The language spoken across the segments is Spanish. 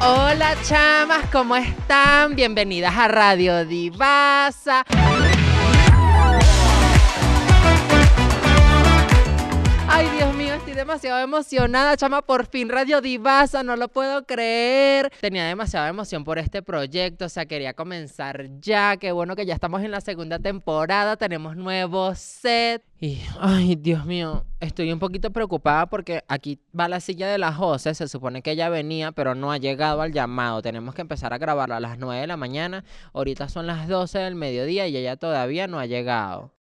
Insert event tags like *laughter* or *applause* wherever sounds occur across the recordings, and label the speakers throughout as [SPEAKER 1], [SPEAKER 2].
[SPEAKER 1] Hola chamas, ¿cómo están? Bienvenidas a Radio Divasa. Ay, Dios mío, estoy demasiado emocionada, chama. Por fin Radio Divasa, no lo puedo creer. Tenía demasiada emoción por este proyecto, o sea, quería comenzar ya. Qué bueno que ya estamos en la segunda temporada, tenemos nuevo set. Y, ay, Dios mío, estoy un poquito preocupada porque aquí va la silla de la Jose. Se supone que ella venía, pero no ha llegado al llamado. Tenemos que empezar a grabarla a las 9 de la mañana. Ahorita son las 12 del mediodía y ella todavía no ha llegado.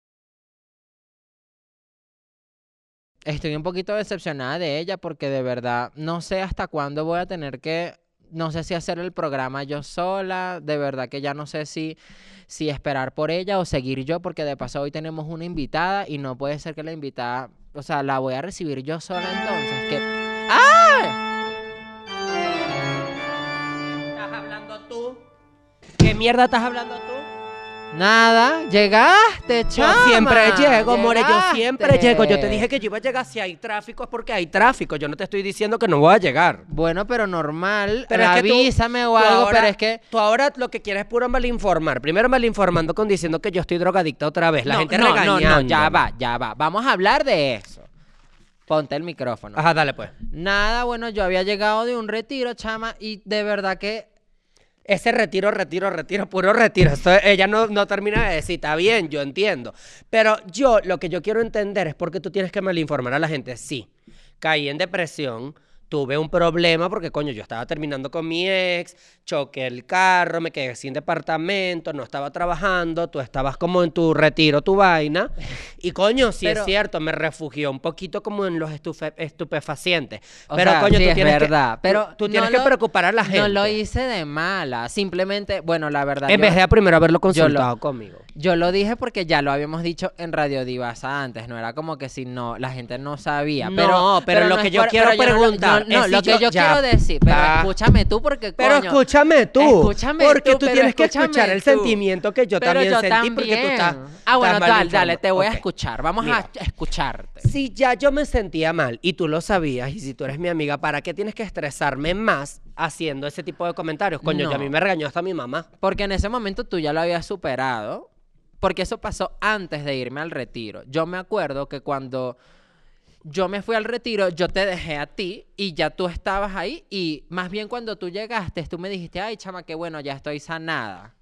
[SPEAKER 1] Estoy un poquito decepcionada de ella porque de verdad no sé hasta cuándo voy a tener que, no sé si hacer el programa yo sola, de verdad que ya no sé si, si esperar por ella o seguir yo porque de paso hoy tenemos una invitada y no puede ser que la invitada, o sea, la voy a recibir yo sola entonces. Que... ¡Ah!
[SPEAKER 2] estás hablando tú? ¿Qué mierda estás hablando tú?
[SPEAKER 1] Nada, llegaste,
[SPEAKER 2] Yo
[SPEAKER 1] chama.
[SPEAKER 2] siempre llego, more, yo siempre
[SPEAKER 1] Llegaste.
[SPEAKER 2] llego. Yo te dije que yo iba a llegar si hay tráfico, es porque hay tráfico. Yo no te estoy diciendo que no voy a llegar.
[SPEAKER 1] Bueno, pero normal,
[SPEAKER 2] Pero es que tú-
[SPEAKER 1] avísame
[SPEAKER 2] tú
[SPEAKER 1] o algo,
[SPEAKER 2] ahora-
[SPEAKER 1] pero es que...
[SPEAKER 2] Tú ahora lo que quieres es puro malinformar. Primero malinformando con diciendo que yo estoy drogadicta otra vez. La
[SPEAKER 1] No,
[SPEAKER 2] gente
[SPEAKER 1] no,
[SPEAKER 2] regañando.
[SPEAKER 1] No, no, ya va, ya va. Vamos a hablar de eso. Ponte el micrófono.
[SPEAKER 2] Ajá, dale pues.
[SPEAKER 1] Nada, bueno, yo había llegado de un retiro, chama, y de verdad que
[SPEAKER 2] Ese retiro, retiro, retiro, puro retiro. Esto- ella no, no termina de decir, está bien, yo entiendo. Pero yo lo que yo quiero entender es por qué tú tienes que malinformar a la gente. Sí, caí en depresión, tuve un problema porque, coño, yo estaba terminando con mi ex, choqué el carro, me quedé sin departamento, no estaba trabajando, tú estabas como en tu retiro, tu vaina. Y, coño, sí
[SPEAKER 1] Pero-
[SPEAKER 2] es cierto, me refugió un poquito como en los estufe- estupefacientes.
[SPEAKER 1] O
[SPEAKER 2] Pero,
[SPEAKER 1] sea,
[SPEAKER 2] coño,
[SPEAKER 1] sí,
[SPEAKER 2] tú
[SPEAKER 1] es
[SPEAKER 2] tienes que-
[SPEAKER 1] verdad,
[SPEAKER 2] tú-
[SPEAKER 1] pero
[SPEAKER 2] tú,
[SPEAKER 1] no
[SPEAKER 2] tienes que
[SPEAKER 1] lo-
[SPEAKER 2] preocupar a la gente.
[SPEAKER 1] no lo hice de mala. Simplemente, bueno, la verdad.
[SPEAKER 2] En
[SPEAKER 1] yo-
[SPEAKER 2] vez de primero haberlo
[SPEAKER 1] yo lo-
[SPEAKER 2] consultado conmigo.
[SPEAKER 1] Yo lo dije porque ya lo habíamos dicho en Radio Divasa antes, no era como que si no, la gente no sabía.
[SPEAKER 2] No,
[SPEAKER 1] pero,
[SPEAKER 2] pero lo
[SPEAKER 1] no
[SPEAKER 2] que
[SPEAKER 1] es
[SPEAKER 2] yo
[SPEAKER 1] por-
[SPEAKER 2] quiero
[SPEAKER 1] pero yo no lo-
[SPEAKER 2] preguntar
[SPEAKER 1] No, no,
[SPEAKER 2] es
[SPEAKER 1] lo
[SPEAKER 2] si
[SPEAKER 1] que
[SPEAKER 2] yo-
[SPEAKER 1] yo
[SPEAKER 2] ya.
[SPEAKER 1] quiero decir, pero
[SPEAKER 2] Va.
[SPEAKER 1] escúchame tú porque
[SPEAKER 2] Pero
[SPEAKER 1] coño,
[SPEAKER 2] escúchame tú.
[SPEAKER 1] Escúchame
[SPEAKER 2] porque
[SPEAKER 1] tú,
[SPEAKER 2] tú,
[SPEAKER 1] pero
[SPEAKER 2] tienes que
[SPEAKER 1] escúchame
[SPEAKER 2] escuchar el
[SPEAKER 1] tú.
[SPEAKER 2] sentimiento que yo
[SPEAKER 1] pero
[SPEAKER 2] también
[SPEAKER 1] yo
[SPEAKER 2] sentí porque tú
[SPEAKER 1] también.
[SPEAKER 2] estás.
[SPEAKER 1] Ah, bueno,
[SPEAKER 2] estás mal
[SPEAKER 1] dale, dale,
[SPEAKER 2] informado.
[SPEAKER 1] te voy
[SPEAKER 2] Ok.
[SPEAKER 1] a escuchar. Vamos
[SPEAKER 2] Mira.
[SPEAKER 1] a escucharte.
[SPEAKER 2] Si ya yo me sentía mal y tú lo sabías y si tú eres mi amiga, ¿para qué tienes que estresarme más haciendo ese tipo de comentarios? Coño,
[SPEAKER 1] No.
[SPEAKER 2] ya a mí me regañó hasta mi mamá.
[SPEAKER 1] Porque en ese momento tú ya lo habías superado. Porque eso pasó antes de irme al retiro. Yo me acuerdo que cuando yo me fui al retiro, yo te dejé a ti y ya tú estabas ahí. Y más bien cuando tú llegaste, tú me dijiste, ay, chama, que bueno, ya estoy sanada.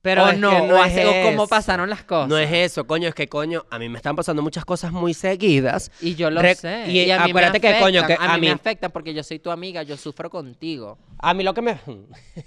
[SPEAKER 2] Pero
[SPEAKER 1] o
[SPEAKER 2] es
[SPEAKER 1] no,
[SPEAKER 2] que no
[SPEAKER 1] o,
[SPEAKER 2] es
[SPEAKER 1] así- o cómo
[SPEAKER 2] eso.
[SPEAKER 1] pasaron las cosas.
[SPEAKER 2] No es eso, coño, es que coño, a mí me están pasando muchas cosas muy seguidas.
[SPEAKER 1] Y yo lo
[SPEAKER 2] Re-
[SPEAKER 1] sé.
[SPEAKER 2] y
[SPEAKER 1] a mí me
[SPEAKER 2] acuérdate que, coño,
[SPEAKER 1] afectan,
[SPEAKER 2] que
[SPEAKER 1] a
[SPEAKER 2] a
[SPEAKER 1] mí, me
[SPEAKER 2] mí-
[SPEAKER 1] afectan porque yo soy tu amiga, yo sufro contigo.
[SPEAKER 2] A mí lo que me. *laughs*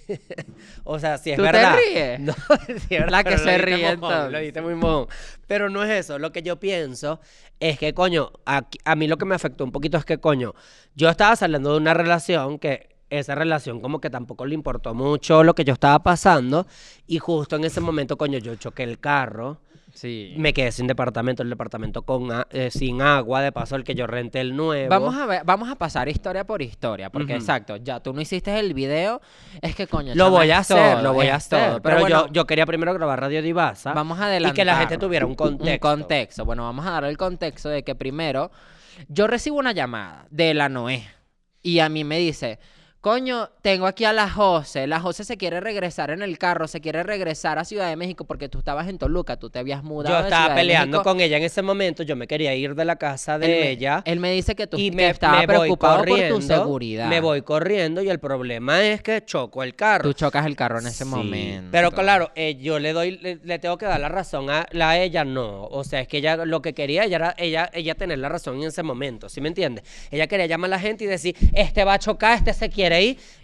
[SPEAKER 2] o sea, si es
[SPEAKER 1] ¿Tú te
[SPEAKER 2] verdad.
[SPEAKER 1] ríes?
[SPEAKER 2] *laughs* No, sí es
[SPEAKER 1] La
[SPEAKER 2] verdad,
[SPEAKER 1] que
[SPEAKER 2] pero lo
[SPEAKER 1] se
[SPEAKER 2] dijiste
[SPEAKER 1] ríe,
[SPEAKER 2] mojón, Lo
[SPEAKER 1] entonces.
[SPEAKER 2] dijiste muy mojón. Pero no es eso. Lo que yo pienso es que, coño, aquí- a mí lo que me afectó un poquito es que, coño, yo estaba saliendo de una relación que esa relación como que tampoco le importó mucho lo que yo estaba pasando. Y justo en ese momento, coño, yo choqué el carro.
[SPEAKER 1] Sí.
[SPEAKER 2] Me quedé sin departamento, el departamento con a- eh, sin agua, de paso el que yo renté el nuevo.
[SPEAKER 1] Vamos a ver, vamos a pasar historia por historia, porque
[SPEAKER 2] Ujú.
[SPEAKER 1] exacto, ya tú no hiciste el video, es que coño.
[SPEAKER 2] Lo
[SPEAKER 1] chama,
[SPEAKER 2] voy
[SPEAKER 1] es
[SPEAKER 2] a hacer,
[SPEAKER 1] todo,
[SPEAKER 2] lo voy a
[SPEAKER 1] es todo.
[SPEAKER 2] hacer. Pero,
[SPEAKER 1] bueno,
[SPEAKER 2] yo, yo quería primero grabar Radio Divaza.
[SPEAKER 1] vamos a
[SPEAKER 2] Y
[SPEAKER 1] adelantar.
[SPEAKER 2] que la gente tuviera un contexto.
[SPEAKER 1] Un contexto. Bueno, vamos a dar el contexto de que primero yo recibo una llamada de la Noé y a mí me dice, coño, tengo aquí a la Jose, la Jose se quiere regresar en el carro, se quiere regresar a Ciudad de México porque tú estabas en Toluca, tú te habías mudado. de
[SPEAKER 2] Yo estaba
[SPEAKER 1] Ciudad de
[SPEAKER 2] peleando
[SPEAKER 1] México".
[SPEAKER 2] con ella en ese momento. Yo me quería ir de la casa de
[SPEAKER 1] Él me-
[SPEAKER 2] ella.
[SPEAKER 1] Él me dice que tú
[SPEAKER 2] y
[SPEAKER 1] que
[SPEAKER 2] me,
[SPEAKER 1] estaba
[SPEAKER 2] me voy
[SPEAKER 1] preocupado por tu
[SPEAKER 2] corriendo.
[SPEAKER 1] seguridad.
[SPEAKER 2] Me voy corriendo y el problema es que choco el carro.
[SPEAKER 1] Tú chocas el carro en ese
[SPEAKER 2] Sí,
[SPEAKER 1] momento.
[SPEAKER 2] Pero claro, eh, yo le doy, le, le tengo que dar la razón a la a ella, no. O sea, es que ella lo que quería ella era ella, ella tener la razón en ese momento, ¿sí me entiendes? Ella quería llamar a la gente y decir, este va a chocar, este se quiere ir.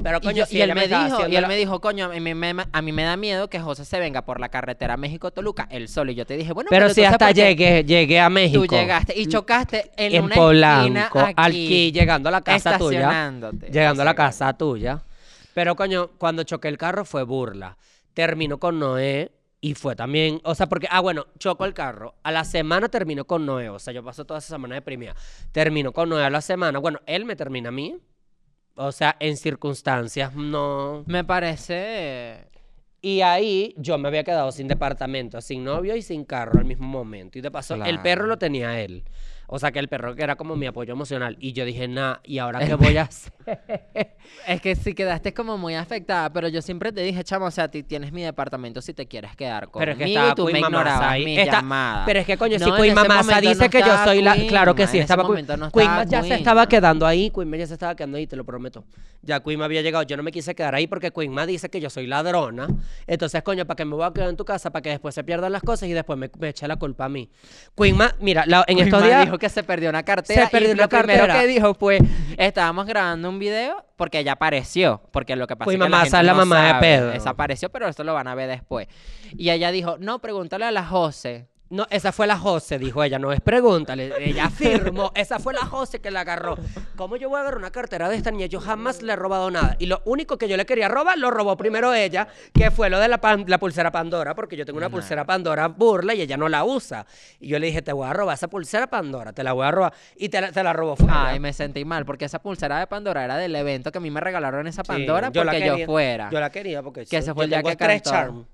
[SPEAKER 2] Pero
[SPEAKER 1] Y
[SPEAKER 2] coño,
[SPEAKER 1] yo-
[SPEAKER 2] si
[SPEAKER 1] y, él
[SPEAKER 2] ella
[SPEAKER 1] me
[SPEAKER 2] estaba
[SPEAKER 1] dijo,
[SPEAKER 2] haciendo
[SPEAKER 1] y él
[SPEAKER 2] la-
[SPEAKER 1] me dijo, coño, a mí, me, a mí me da miedo que José se venga por la carretera México-Toluca él solo. Y yo te dije, bueno,
[SPEAKER 2] Pero
[SPEAKER 1] tú
[SPEAKER 2] si
[SPEAKER 1] sabes
[SPEAKER 2] hasta
[SPEAKER 1] por qué
[SPEAKER 2] llegué, llegué a México. mm,
[SPEAKER 1] Tú llegaste y chocaste en,
[SPEAKER 2] en
[SPEAKER 1] una esquina
[SPEAKER 2] Polanco,
[SPEAKER 1] aquí,
[SPEAKER 2] aquí, llegando a la casa tuya.
[SPEAKER 1] estacionándote.
[SPEAKER 2] Llegando a
[SPEAKER 1] O
[SPEAKER 2] la
[SPEAKER 1] sea,
[SPEAKER 2] casa tuya. Pero coño, cuando choqué el carro fue burla. Terminó con Noé y fue también, o sea, porque, ah, bueno, choco el carro. A la semana terminó con Noé, o sea, yo paso toda esa semana deprimida. Terminó con Noé a la semana. Bueno, él me termina a mí. O sea, en circunstancias no.
[SPEAKER 1] Me parece...
[SPEAKER 2] Y ahí yo me había quedado sin departamento, sin novio y sin carro al mismo momento. Y de paso, el
[SPEAKER 1] Claro.
[SPEAKER 2] perro lo tenía él. O sea, que el perro que era como mi apoyo emocional. Y yo dije, nah, ¿y ahora
[SPEAKER 1] El
[SPEAKER 2] qué voy a hacer?
[SPEAKER 1] Es que sí quedaste como muy afectada, pero yo siempre te dije, chamo, o sea, ti tienes mi departamento si te quieres quedar conmigo.
[SPEAKER 2] Pero es que estaba
[SPEAKER 1] y tú
[SPEAKER 2] Queen
[SPEAKER 1] me
[SPEAKER 2] Mamasa
[SPEAKER 1] ignorabas
[SPEAKER 2] ahí.
[SPEAKER 1] mi
[SPEAKER 2] Está-
[SPEAKER 1] llamada.
[SPEAKER 2] Pero es que coño, si
[SPEAKER 1] No, en
[SPEAKER 2] Queen
[SPEAKER 1] ese
[SPEAKER 2] Mamasa
[SPEAKER 1] momento no
[SPEAKER 2] dice que yo
[SPEAKER 1] estaba
[SPEAKER 2] soy la.
[SPEAKER 1] Queen,
[SPEAKER 2] Claro que
[SPEAKER 1] ma,
[SPEAKER 2] sí,
[SPEAKER 1] en ese
[SPEAKER 2] estaba Queen.
[SPEAKER 1] momento no
[SPEAKER 2] Queen
[SPEAKER 1] estaba
[SPEAKER 2] ya se
[SPEAKER 1] Queen,
[SPEAKER 2] estaba
[SPEAKER 1] ma.
[SPEAKER 2] quedando ahí. Queen ya se estaba quedando ahí, te lo prometo. Ya Queen me había llegado. Yo no me quise quedar ahí porque Queen me dice que yo soy ladrona. Entonces, coño, ¿para que me voy a quedar en tu casa? Para que después se pierdan las cosas y después me, me eche la culpa a mí. Queen ma, mira, la- en
[SPEAKER 1] Mi
[SPEAKER 2] estos
[SPEAKER 1] mamá
[SPEAKER 2] días.
[SPEAKER 1] dijo que se perdió una cartera.
[SPEAKER 2] Se perdió
[SPEAKER 1] y
[SPEAKER 2] una
[SPEAKER 1] lo primero
[SPEAKER 2] cartera.
[SPEAKER 1] que dijo fue, estábamos grabando un video porque ella apareció. Porque lo que pasa
[SPEAKER 2] Uy,
[SPEAKER 1] es que
[SPEAKER 2] mamá,
[SPEAKER 1] la gente
[SPEAKER 2] esa es la
[SPEAKER 1] no
[SPEAKER 2] mamá de
[SPEAKER 1] sabe.
[SPEAKER 2] Pedro.
[SPEAKER 1] Esa apareció, pero esto lo van a ver después. Y ella dijo, no, pregúntale a la Jose.
[SPEAKER 2] No, esa fue la Jose, dijo ella, no es pregúntale.
[SPEAKER 1] *laughs*
[SPEAKER 2] Ella afirmó, esa fue la Jose que la agarró. ¿Cómo yo voy a agarrar una cartera de esta niña? Yo jamás le he robado nada. Y lo único que yo le quería robar, lo robó primero ella, que fue lo de la, pan- la pulsera Pandora, porque yo tengo una pulsera Pandora burla y ella no la usa. Y yo le dije, te voy a robar esa pulsera Pandora, te la voy a robar. Y te la, te la robó. fue ella.
[SPEAKER 1] Ay, me sentí mal porque esa pulsera de Pandora era del evento que a mí me regalaron esa
[SPEAKER 2] Sí,
[SPEAKER 1] Pandora
[SPEAKER 2] la
[SPEAKER 1] porque yo
[SPEAKER 2] quería.
[SPEAKER 1] fuera.
[SPEAKER 2] Yo la quería porque
[SPEAKER 1] Que ese fue el día
[SPEAKER 2] tengo
[SPEAKER 1] que
[SPEAKER 2] tres
[SPEAKER 1] cantó.
[SPEAKER 2] charms.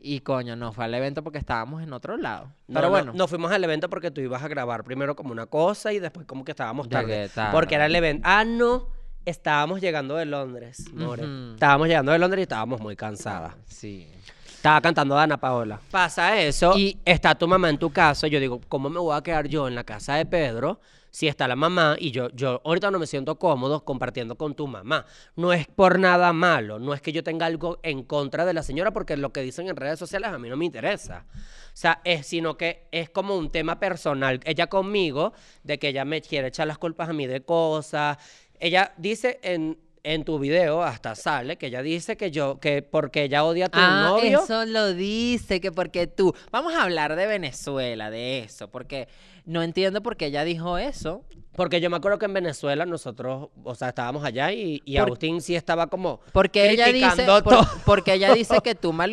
[SPEAKER 1] Y coño, no fue al evento porque estábamos en otro lado.
[SPEAKER 2] No,
[SPEAKER 1] Pero
[SPEAKER 2] no,
[SPEAKER 1] bueno.
[SPEAKER 2] No fuimos al evento porque tú ibas a grabar primero como una cosa y después como que estábamos
[SPEAKER 1] Llegué
[SPEAKER 2] tarde.
[SPEAKER 1] tarde.
[SPEAKER 2] Porque era el evento. Ah, no. Estábamos llegando de Londres, more.
[SPEAKER 1] Ujú.
[SPEAKER 2] Estábamos llegando de Londres y estábamos muy cansadas.
[SPEAKER 1] Sí.
[SPEAKER 2] Estaba cantando Ana Paola. Pasa eso. Y
[SPEAKER 1] Y-
[SPEAKER 2] está tu mamá en tu casa. Yo digo, ¿cómo me voy a quedar yo en la casa de Pedro si está la mamá? Y yo, yo ahorita no me siento cómodo compartiendo con tu mamá. No es por nada malo. No es que yo tenga algo en contra de la señora porque lo que dicen en redes sociales a mí no me interesa. O sea, es, sino que es como un tema personal. Ella conmigo, de que ella me quiere echar las culpas a mí de cosas. Ella dice en... En tu video hasta sale que ella dice que yo, que porque ella odia a tu
[SPEAKER 1] Ah,
[SPEAKER 2] novio.
[SPEAKER 1] eso lo dice, que porque tú. Vamos a hablar de Venezuela, de eso, porque no entiendo por qué ella dijo eso.
[SPEAKER 2] Porque yo me acuerdo que en Venezuela nosotros, o sea, estábamos allá y, y
[SPEAKER 1] Por-
[SPEAKER 2] Agustín sí estaba como
[SPEAKER 1] Porque ella dice,
[SPEAKER 2] criticando
[SPEAKER 1] por-
[SPEAKER 2] todo.
[SPEAKER 1] porque ella
[SPEAKER 2] *laughs*
[SPEAKER 1] dice que tú mal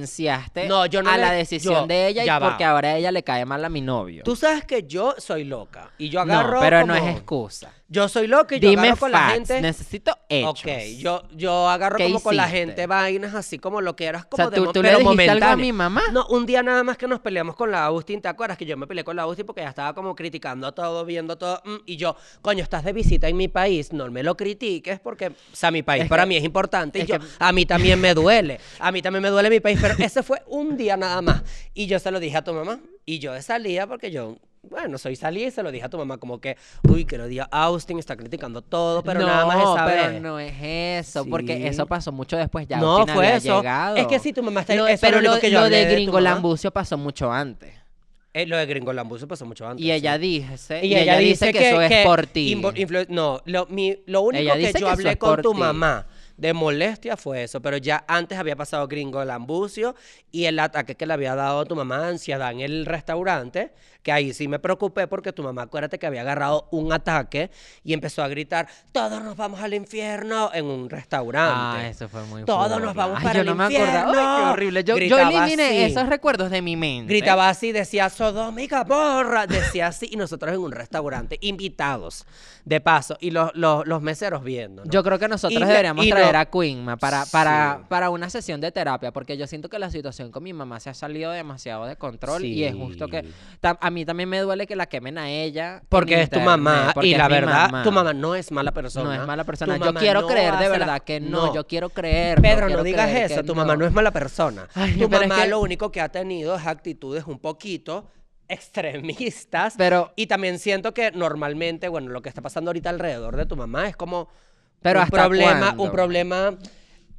[SPEAKER 1] influenciaste
[SPEAKER 2] No, yo no
[SPEAKER 1] a
[SPEAKER 2] le-
[SPEAKER 1] la decisión
[SPEAKER 2] yo-
[SPEAKER 1] de ella
[SPEAKER 2] ya
[SPEAKER 1] y
[SPEAKER 2] va.
[SPEAKER 1] porque ahora a ella le cae mal a mi novio.
[SPEAKER 2] Tú sabes que yo soy loca y yo
[SPEAKER 1] No,
[SPEAKER 2] agarro
[SPEAKER 1] pero no
[SPEAKER 2] como-
[SPEAKER 1] es excusa.
[SPEAKER 2] Yo soy loca y yo
[SPEAKER 1] Dime
[SPEAKER 2] agarro con la
[SPEAKER 1] facts,
[SPEAKER 2] gente.
[SPEAKER 1] necesito hechos.
[SPEAKER 2] Ok, yo, yo agarro
[SPEAKER 1] ¿Qué
[SPEAKER 2] como con la
[SPEAKER 1] hiciste?
[SPEAKER 2] gente vainas así como lo que eras
[SPEAKER 1] o
[SPEAKER 2] como
[SPEAKER 1] sea,
[SPEAKER 2] de
[SPEAKER 1] tú,
[SPEAKER 2] mo-
[SPEAKER 1] tú le
[SPEAKER 2] pero
[SPEAKER 1] dijiste algo a
[SPEAKER 2] momentáneo.
[SPEAKER 1] mi mamá.
[SPEAKER 2] No, un día nada más que nos peleamos con la Agustín, ¿te acuerdas que yo me peleé con la Agustín porque ella estaba como criticando todo, viendo todo? mm, y yo, coño, estás de visita en mi país, no me lo critiques porque, o sea, mi país
[SPEAKER 1] Es
[SPEAKER 2] para
[SPEAKER 1] que-
[SPEAKER 2] mí es importante. y
[SPEAKER 1] es
[SPEAKER 2] yo,
[SPEAKER 1] que-
[SPEAKER 2] a mí también
[SPEAKER 1] *laughs*
[SPEAKER 2] me duele, a mí también me duele mi país, pero ese fue un día nada más. Y yo se lo dije a tu mamá, y yo de salida porque yo... Bueno, soy salida y se lo dije a tu mamá como que, uy, que lo diga Austin, está criticando todo, pero nada más
[SPEAKER 1] No,
[SPEAKER 2] esa
[SPEAKER 1] pero
[SPEAKER 2] vez".
[SPEAKER 1] no es eso,
[SPEAKER 2] Sí.
[SPEAKER 1] porque eso pasó mucho después. Ya
[SPEAKER 2] No,
[SPEAKER 1] Agustín
[SPEAKER 2] fue
[SPEAKER 1] había
[SPEAKER 2] eso.
[SPEAKER 1] llegado.
[SPEAKER 2] Es que sí, tu mamá está
[SPEAKER 1] Lo-
[SPEAKER 2] eso es
[SPEAKER 1] pero
[SPEAKER 2] lo, único
[SPEAKER 1] lo,
[SPEAKER 2] que yo
[SPEAKER 1] lo
[SPEAKER 2] hablé
[SPEAKER 1] de
[SPEAKER 2] tu
[SPEAKER 1] Gringo
[SPEAKER 2] mamá.
[SPEAKER 1] Lambucio pasó mucho antes.
[SPEAKER 2] Eh, lo de Gringo Lambucio pasó mucho antes.
[SPEAKER 1] Y
[SPEAKER 2] sí.
[SPEAKER 1] ella dice, y, ella dice que, eso es por ti.
[SPEAKER 2] invo- influ- no, lo, mi- lo único
[SPEAKER 1] Ella
[SPEAKER 2] que
[SPEAKER 1] dice
[SPEAKER 2] yo
[SPEAKER 1] que eso
[SPEAKER 2] hablé
[SPEAKER 1] es
[SPEAKER 2] con
[SPEAKER 1] por
[SPEAKER 2] tu
[SPEAKER 1] ti.
[SPEAKER 2] mamá de molestia fue eso, pero ya antes había pasado gringo lambucio y el ataque que le había dado a tu mamá de ansiedad en el restaurante, que ahí sí me preocupé porque tu mamá, acuérdate que había agarrado un ataque y empezó a gritar, todos nos vamos al infierno en un restaurante.
[SPEAKER 1] Ah, eso fue muy
[SPEAKER 2] Todos
[SPEAKER 1] fuerte.
[SPEAKER 2] nos vamos
[SPEAKER 1] Ay,
[SPEAKER 2] para
[SPEAKER 1] yo
[SPEAKER 2] el
[SPEAKER 1] no me acordaba. Ay,
[SPEAKER 2] infierno.
[SPEAKER 1] qué horrible. Yo, yo
[SPEAKER 2] Gritaba
[SPEAKER 1] eliminé
[SPEAKER 2] así.
[SPEAKER 1] esos recuerdos de mi mente.
[SPEAKER 2] Gritaba así, decía Sodoma y Gomorra", decía así, y nosotros en un restaurante, invitados, de paso, y los, los, los meseros viendo. ¿no?
[SPEAKER 1] Yo creo que nosotros
[SPEAKER 2] Y no-
[SPEAKER 1] deberíamos
[SPEAKER 2] y no-
[SPEAKER 1] traer a Queen ma, para, para,
[SPEAKER 2] Sí.
[SPEAKER 1] para una sesión de terapia, porque yo siento que la situación con mi mamá se ha salido demasiado de control y es justo que
[SPEAKER 2] Sí.
[SPEAKER 1] ta- a mí también me duele que la quemen a ella. en
[SPEAKER 2] porque es tu
[SPEAKER 1] internet,
[SPEAKER 2] mamá,
[SPEAKER 1] porque
[SPEAKER 2] y
[SPEAKER 1] es
[SPEAKER 2] la
[SPEAKER 1] mi
[SPEAKER 2] verdad,
[SPEAKER 1] mamá.
[SPEAKER 2] tu mamá no es mala persona.
[SPEAKER 1] no es mala
[SPEAKER 2] Tu
[SPEAKER 1] persona. Yo
[SPEAKER 2] mamá
[SPEAKER 1] quiero
[SPEAKER 2] no
[SPEAKER 1] creer de
[SPEAKER 2] hace la-
[SPEAKER 1] verdad que no, yo quiero creer.
[SPEAKER 2] Pedro, no
[SPEAKER 1] quiero
[SPEAKER 2] digas
[SPEAKER 1] creer que
[SPEAKER 2] eso, tu mamá no es mala persona.
[SPEAKER 1] Ay,
[SPEAKER 2] tu
[SPEAKER 1] pero es
[SPEAKER 2] mamá
[SPEAKER 1] que-
[SPEAKER 2] lo único que ha tenido es actitudes un poquito extremistas.
[SPEAKER 1] Pero,
[SPEAKER 2] y también siento que normalmente, bueno, lo que está pasando ahorita alrededor de tu mamá es como
[SPEAKER 1] Pero
[SPEAKER 2] un
[SPEAKER 1] ¿hasta
[SPEAKER 2] problema,
[SPEAKER 1] cuándo?
[SPEAKER 2] un problema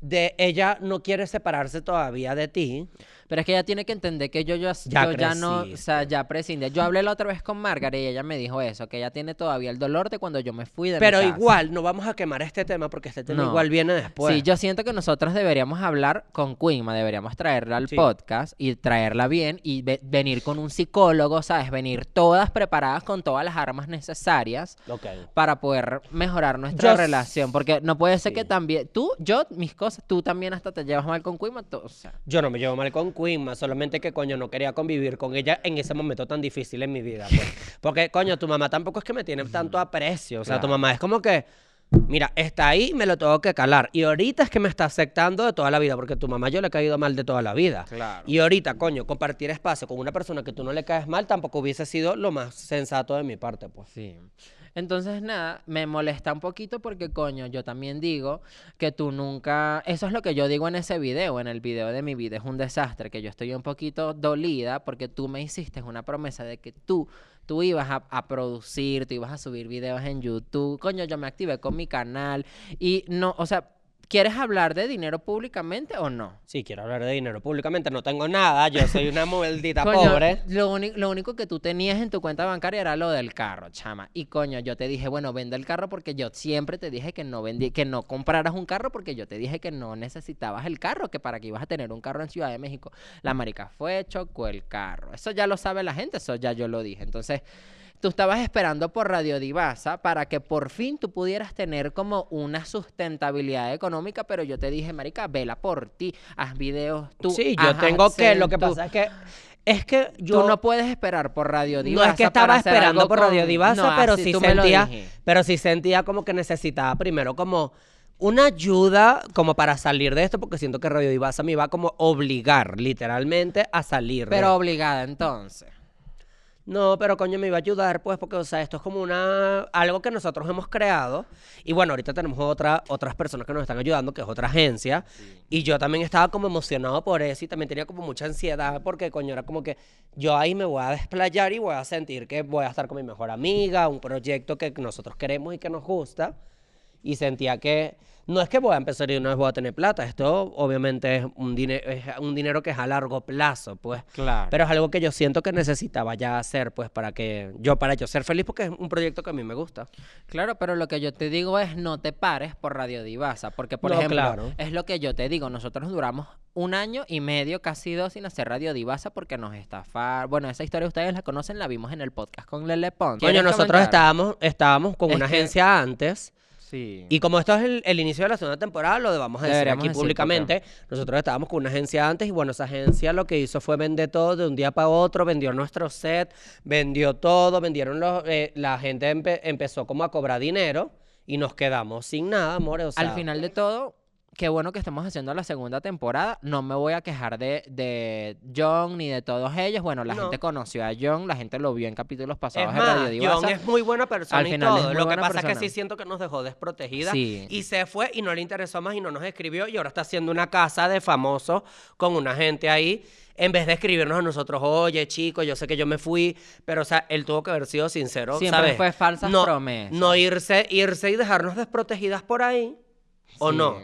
[SPEAKER 2] de ella no quiere separarse todavía de ti.
[SPEAKER 1] pero es que ella tiene que entender que yo, yo,
[SPEAKER 2] Ya
[SPEAKER 1] yo ya no, o sea,
[SPEAKER 2] creciste.
[SPEAKER 1] ya prescinde. Yo hablé la otra vez con Margaret y ella me dijo eso, que ella tiene todavía el dolor de cuando yo me fui de mi
[SPEAKER 2] Pero
[SPEAKER 1] casa.
[SPEAKER 2] igual no vamos a quemar este tema porque este tema
[SPEAKER 1] No.
[SPEAKER 2] igual viene después.
[SPEAKER 1] Sí, yo siento que nosotros deberíamos hablar con Quinma, deberíamos traerla al
[SPEAKER 2] Sí.
[SPEAKER 1] podcast y traerla bien y ve- venir con un psicólogo, ¿sabes? Venir todas preparadas con todas las armas necesarias
[SPEAKER 2] Ok.
[SPEAKER 1] para poder mejorar nuestra
[SPEAKER 2] Yo s-
[SPEAKER 1] relación, porque no puede ser que
[SPEAKER 2] Sí.
[SPEAKER 1] también tú, yo, mis cosas, tú también hasta te llevas mal con Quinma, o sea,
[SPEAKER 2] Yo no me llevo mal con Quinma, solamente que coño no quería convivir con ella en ese momento tan difícil en mi vida. pues.
[SPEAKER 1] *laughs*
[SPEAKER 2] Porque coño, tu mamá tampoco es que me tiene tanto aprecio. O sea, tu
[SPEAKER 1] Mm. Claro.
[SPEAKER 2] mamá es como que, mira, está ahí, me lo tengo que calar. Y ahorita es que me está aceptando de toda la vida, porque tu mamá yo le he caído mal de toda la vida.
[SPEAKER 1] Claro.
[SPEAKER 2] Y ahorita, coño, compartir espacio con una persona que tú no le caes mal tampoco hubiese sido lo más sensato de mi parte, pues.
[SPEAKER 1] sí. Entonces, nada, me molesta un poquito porque, coño, yo también digo que tú nunca. Eso es lo que yo digo en ese video, en el video de mi vida es un desastre, que yo estoy un poquito dolida porque tú me hiciste una promesa de que tú. Tú ibas a, a producir, tú ibas a subir videos en YouTube. Coño, yo me activé con mi canal. Y no, o sea, ¿quieres hablar de dinero públicamente o no?
[SPEAKER 2] Sí, quiero hablar de dinero públicamente, no tengo nada, yo
[SPEAKER 1] *laughs*
[SPEAKER 2] soy una maldita
[SPEAKER 1] Coño,
[SPEAKER 2] pobre.
[SPEAKER 1] Lo, uni- lo único que tú tenías en tu cuenta bancaria era lo del carro, chama. Y coño, yo te dije, bueno, vende el carro porque yo siempre te dije que no vendí, que no compraras un carro porque yo te dije que no necesitabas el carro, que para qué ibas a tener un carro en Ciudad de México. La marica fue, chocó el carro. Eso ya lo sabe la gente, eso ya yo lo dije. Entonces, tú estabas esperando por Radio Divasa para que por fin tú pudieras tener como una sustentabilidad económica, pero yo te dije, marica, vela por ti, haz videos tú.
[SPEAKER 2] sí, yo
[SPEAKER 1] haz
[SPEAKER 2] tengo que, lo
[SPEAKER 1] accent
[SPEAKER 2] que
[SPEAKER 1] tú.
[SPEAKER 2] pasa es que es que yo
[SPEAKER 1] Tú no puedes esperar por Radio
[SPEAKER 2] No
[SPEAKER 1] Divasa.
[SPEAKER 2] es que
[SPEAKER 1] para
[SPEAKER 2] estaba
[SPEAKER 1] hacer
[SPEAKER 2] esperando
[SPEAKER 1] algo
[SPEAKER 2] por
[SPEAKER 1] con-
[SPEAKER 2] Radio Divasa,
[SPEAKER 1] No,
[SPEAKER 2] pero
[SPEAKER 1] así
[SPEAKER 2] sí
[SPEAKER 1] tú me lo
[SPEAKER 2] sentía,
[SPEAKER 1] dije.
[SPEAKER 2] pero sí sentía como que necesitaba primero como una ayuda como para salir de esto, porque siento que Radio Divasa me iba a como obligar literalmente a salir. de
[SPEAKER 1] Pero obligada entonces.
[SPEAKER 2] no, pero coño, me iba a ayudar, pues, porque, o sea, esto es como una... algo que nosotros hemos creado. Y bueno, ahorita tenemos otra, otras personas que nos están ayudando, que es otra agencia. Y yo también estaba como emocionado por eso y también tenía como mucha ansiedad, porque, coño, era como que yo ahí me voy a desplayar y voy a sentir que voy a estar con mi mejor amiga, un proyecto que nosotros queremos y que nos gusta. Y sentía que no es que voy a empezar y de una vez voy a tener plata. Esto obviamente es un, dine- es un dinero que es a largo plazo, pues.
[SPEAKER 1] Claro.
[SPEAKER 2] Pero es algo que yo siento que necesitaba ya hacer, pues, para que yo, para yo ser feliz, porque es un proyecto que a mí me gusta.
[SPEAKER 1] Claro, pero lo que yo te digo es no te pares por Radio Divasa, porque por
[SPEAKER 2] No,
[SPEAKER 1] ejemplo,
[SPEAKER 2] claro.
[SPEAKER 1] es lo que yo te digo, nosotros duramos un año y medio, casi dos, sin hacer Radio Divasa porque nos estafaron. Bueno, esa historia ustedes la conocen, la vimos en el podcast con Lele Pons.
[SPEAKER 2] Coño,
[SPEAKER 1] ¿Quieres
[SPEAKER 2] nosotros
[SPEAKER 1] comentar?
[SPEAKER 2] estábamos, estábamos con
[SPEAKER 1] Es
[SPEAKER 2] una
[SPEAKER 1] que-
[SPEAKER 2] agencia antes.
[SPEAKER 1] Sí.
[SPEAKER 2] Y como esto es el, el inicio de la segunda temporada, lo vamos a decir
[SPEAKER 1] Deberíamos
[SPEAKER 2] aquí
[SPEAKER 1] decir,
[SPEAKER 2] públicamente. Nosotros estábamos con una agencia antes y bueno, esa agencia lo que hizo fue vender todo de un día para otro, vendió nuestro set, vendió todo, vendieron los, eh, la gente empe- empezó como a cobrar dinero y nos quedamos sin nada, amores. o sea,
[SPEAKER 1] Al final de todo, qué bueno que estamos haciendo la segunda temporada. No me voy a quejar de, de John ni de todos ellos. Bueno, la
[SPEAKER 2] No.
[SPEAKER 1] gente conoció a John, la gente lo vio en capítulos pasados
[SPEAKER 2] Es
[SPEAKER 1] de
[SPEAKER 2] más,
[SPEAKER 1] Radio
[SPEAKER 2] John
[SPEAKER 1] Divasa.
[SPEAKER 2] es muy buena persona
[SPEAKER 1] Al
[SPEAKER 2] y
[SPEAKER 1] final es
[SPEAKER 2] todo.
[SPEAKER 1] muy
[SPEAKER 2] Lo que
[SPEAKER 1] buena
[SPEAKER 2] pasa es que
[SPEAKER 1] persona.
[SPEAKER 2] sí siento que nos dejó desprotegida
[SPEAKER 1] Sí.
[SPEAKER 2] y se fue y no le interesó más y no nos escribió y ahora está haciendo una casa de famosos con una gente ahí. En vez de escribirnos a nosotros, oye, chico, yo sé que yo me fui, pero o sea, él tuvo que haber sido sincero,
[SPEAKER 1] Siempre
[SPEAKER 2] ¿sabes?
[SPEAKER 1] fue falsas
[SPEAKER 2] no,
[SPEAKER 1] promesas.
[SPEAKER 2] No irse, irse y dejarnos desprotegidas por ahí, ¿o
[SPEAKER 1] Sí.
[SPEAKER 2] no?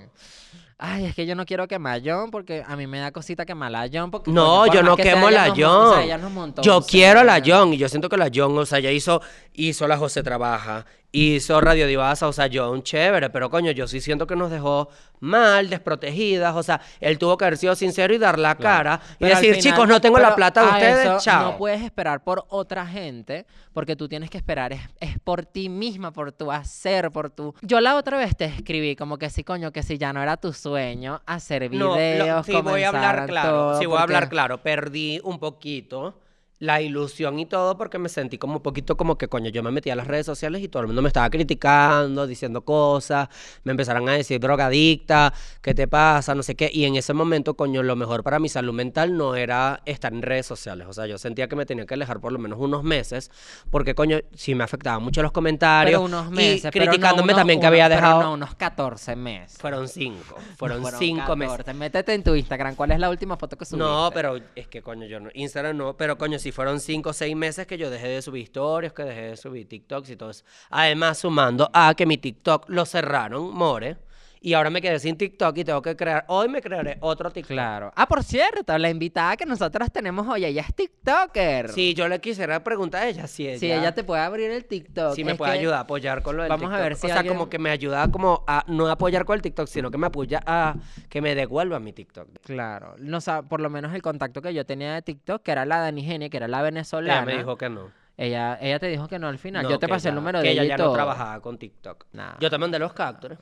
[SPEAKER 1] Ay, es que yo no quiero quemar a John porque a mí me da cosita quemar a John. Porque, coño,
[SPEAKER 2] No,
[SPEAKER 1] por
[SPEAKER 2] yo
[SPEAKER 1] más
[SPEAKER 2] no
[SPEAKER 1] que sea,
[SPEAKER 2] quemo
[SPEAKER 1] ella
[SPEAKER 2] la
[SPEAKER 1] nos mon- o sea, ella nos
[SPEAKER 2] John.
[SPEAKER 1] montó
[SPEAKER 2] Yo
[SPEAKER 1] un
[SPEAKER 2] quiero la
[SPEAKER 1] set.
[SPEAKER 2] John. Y yo siento que la John, o sea, ya hizo, hizo la José Trabaja, hizo Radio Divasa, o sea, John, chévere. Pero coño, yo sí siento que nos dejó mal, desprotegidas. O sea, él tuvo que haber sido sincero y dar la cara. Y
[SPEAKER 1] Pero al
[SPEAKER 2] decir,
[SPEAKER 1] final-
[SPEAKER 2] chicos, no tengo la
[SPEAKER 1] pero
[SPEAKER 2] plata de
[SPEAKER 1] a
[SPEAKER 2] ustedes,
[SPEAKER 1] eso
[SPEAKER 2] chao.
[SPEAKER 1] No puedes esperar por otra gente, porque tú tienes que esperar, es, es por ti misma, por tu hacer, por tu... Yo la otra vez te escribí como que sí, coño, que si ya no era tu sueño hacer
[SPEAKER 2] No,
[SPEAKER 1] videos,
[SPEAKER 2] lo- sí voy a hablar
[SPEAKER 1] comenzar
[SPEAKER 2] claro,
[SPEAKER 1] todo,
[SPEAKER 2] sí voy a hablar
[SPEAKER 1] porque-
[SPEAKER 2] claro, perdí un poquito la ilusión y todo porque me sentí como un poquito como que coño, yo me metí a las redes sociales y todo el mundo me estaba criticando, diciendo cosas, me empezaron a decir drogadicta, ¿qué te pasa? No sé qué, y en ese momento, coño, lo mejor para mi salud mental no era estar en redes sociales, o sea, yo sentía que me tenía que alejar por lo menos unos meses porque coño, sí me afectaban mucho los comentarios
[SPEAKER 1] Pero unos meses,
[SPEAKER 2] y
[SPEAKER 1] pero no
[SPEAKER 2] criticándome
[SPEAKER 1] unos-
[SPEAKER 2] también que
[SPEAKER 1] unos-
[SPEAKER 2] había
[SPEAKER 1] pero
[SPEAKER 2] dejado
[SPEAKER 1] no, unos 14 meses.
[SPEAKER 2] fueron cinco, fueron,
[SPEAKER 1] Fueron
[SPEAKER 2] cinco meses.
[SPEAKER 1] 14. Métete en tu Instagram, ¿cuál es la última foto que subiste?
[SPEAKER 2] No, pero es que coño, yo no. Instagram no, pero coño, si fueron cinco o seis meses que yo dejé de subir historias, que dejé de subir TikToks y todo eso. Además, sumando a que mi TikTok lo cerraron, more. Y ahora me quedé sin TikTok y tengo que crear. Hoy me crearé otro TikTok.
[SPEAKER 1] Claro. Ah, por cierto, la invitada que nosotros tenemos hoy, ella es TikToker.
[SPEAKER 2] Si yo le quisiera preguntar a ella si ella,
[SPEAKER 1] Si ella te puede abrir el TikTok.
[SPEAKER 2] si me
[SPEAKER 1] Es
[SPEAKER 2] puede
[SPEAKER 1] que-
[SPEAKER 2] ayudar a apoyar con lo del
[SPEAKER 1] Vamos a ver
[SPEAKER 2] TikTok.
[SPEAKER 1] si
[SPEAKER 2] O sea,
[SPEAKER 1] alguien-
[SPEAKER 2] como que me ayuda como a no apoyar con el TikTok, sino que me apoya a que me devuelva mi TikTok.
[SPEAKER 1] Claro. No, sa- por lo menos el contacto que yo tenía de TikTok, que era la Dani Genia, que era la venezolana.
[SPEAKER 2] Ella me dijo que no.
[SPEAKER 1] ella, ella te dijo que no al final.
[SPEAKER 2] No,
[SPEAKER 1] yo te
[SPEAKER 2] que
[SPEAKER 1] pasé el
[SPEAKER 2] ya-
[SPEAKER 1] número
[SPEAKER 2] que
[SPEAKER 1] de
[SPEAKER 2] ella
[SPEAKER 1] ella y
[SPEAKER 2] ya no
[SPEAKER 1] todo.
[SPEAKER 2] trabajaba con TikTok.
[SPEAKER 1] Nah.
[SPEAKER 2] Yo te mandé los captures.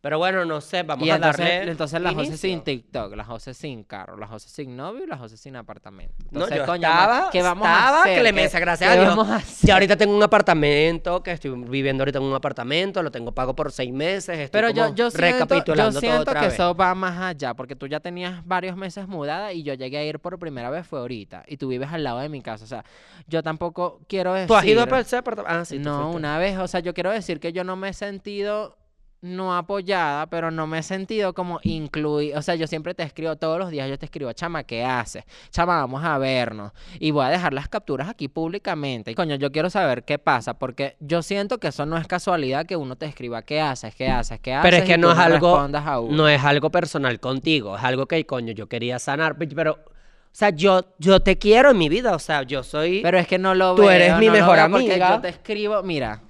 [SPEAKER 2] Pero bueno, no sé, vamos
[SPEAKER 1] y
[SPEAKER 2] a
[SPEAKER 1] entonces,
[SPEAKER 2] darle.
[SPEAKER 1] entonces las José sin
[SPEAKER 2] inicio.
[SPEAKER 1] TikTok, las José sin carro, las José sin novio y las José sin apartamento.
[SPEAKER 2] No,
[SPEAKER 1] Entonces,
[SPEAKER 2] yo
[SPEAKER 1] coño,
[SPEAKER 2] estaba,
[SPEAKER 1] ma- ¿qué vamos
[SPEAKER 2] estaba
[SPEAKER 1] a hacer?
[SPEAKER 2] Clemencia,
[SPEAKER 1] ¿Qué-
[SPEAKER 2] gracias
[SPEAKER 1] qué
[SPEAKER 2] a Dios.
[SPEAKER 1] vamos a
[SPEAKER 2] Ya
[SPEAKER 1] hacer?
[SPEAKER 2] ahorita tengo un apartamento, que estoy viviendo ahorita en un apartamento, lo tengo pago por seis meses, estoy
[SPEAKER 1] Pero yo,
[SPEAKER 2] como
[SPEAKER 1] yo siento, yo
[SPEAKER 2] recapitulando todo
[SPEAKER 1] siento
[SPEAKER 2] otra
[SPEAKER 1] que
[SPEAKER 2] vez.
[SPEAKER 1] eso va más allá, porque tú ya tenías varios meses mudada y yo llegué a ir por primera vez fue ahorita, y tú vives al lado de mi casa, o sea, yo tampoco quiero decir...
[SPEAKER 2] ¿Tú has ido a ese apartamento? Ah, sí, tú
[SPEAKER 1] no,
[SPEAKER 2] fuiste.
[SPEAKER 1] una vez, o sea, yo quiero decir que yo no me he sentido no apoyada, pero no me he sentido como incluida. O sea, yo siempre te escribo todos los días, yo te escribo, chama, ¿qué haces? Chama, vamos a vernos. Y voy a dejar las capturas aquí públicamente. Y coño, yo quiero saber qué pasa, porque yo siento que eso no es casualidad que uno te escriba, ¿qué haces? ¿Qué haces? ¿Qué haces?
[SPEAKER 2] Pero es que
[SPEAKER 1] Y
[SPEAKER 2] no
[SPEAKER 1] tú
[SPEAKER 2] es algo-
[SPEAKER 1] respondas a uno.
[SPEAKER 2] No es algo personal contigo, es algo que, coño, yo quería sanar, pe- pero, o sea, yo, yo te quiero en mi vida, o sea, yo soy... Pero,
[SPEAKER 1] Pero es que no lo
[SPEAKER 2] Tú
[SPEAKER 1] veo.
[SPEAKER 2] eres mi
[SPEAKER 1] no lo
[SPEAKER 2] mejor
[SPEAKER 1] veo porque
[SPEAKER 2] amiga.
[SPEAKER 1] Yo te escribo, mira.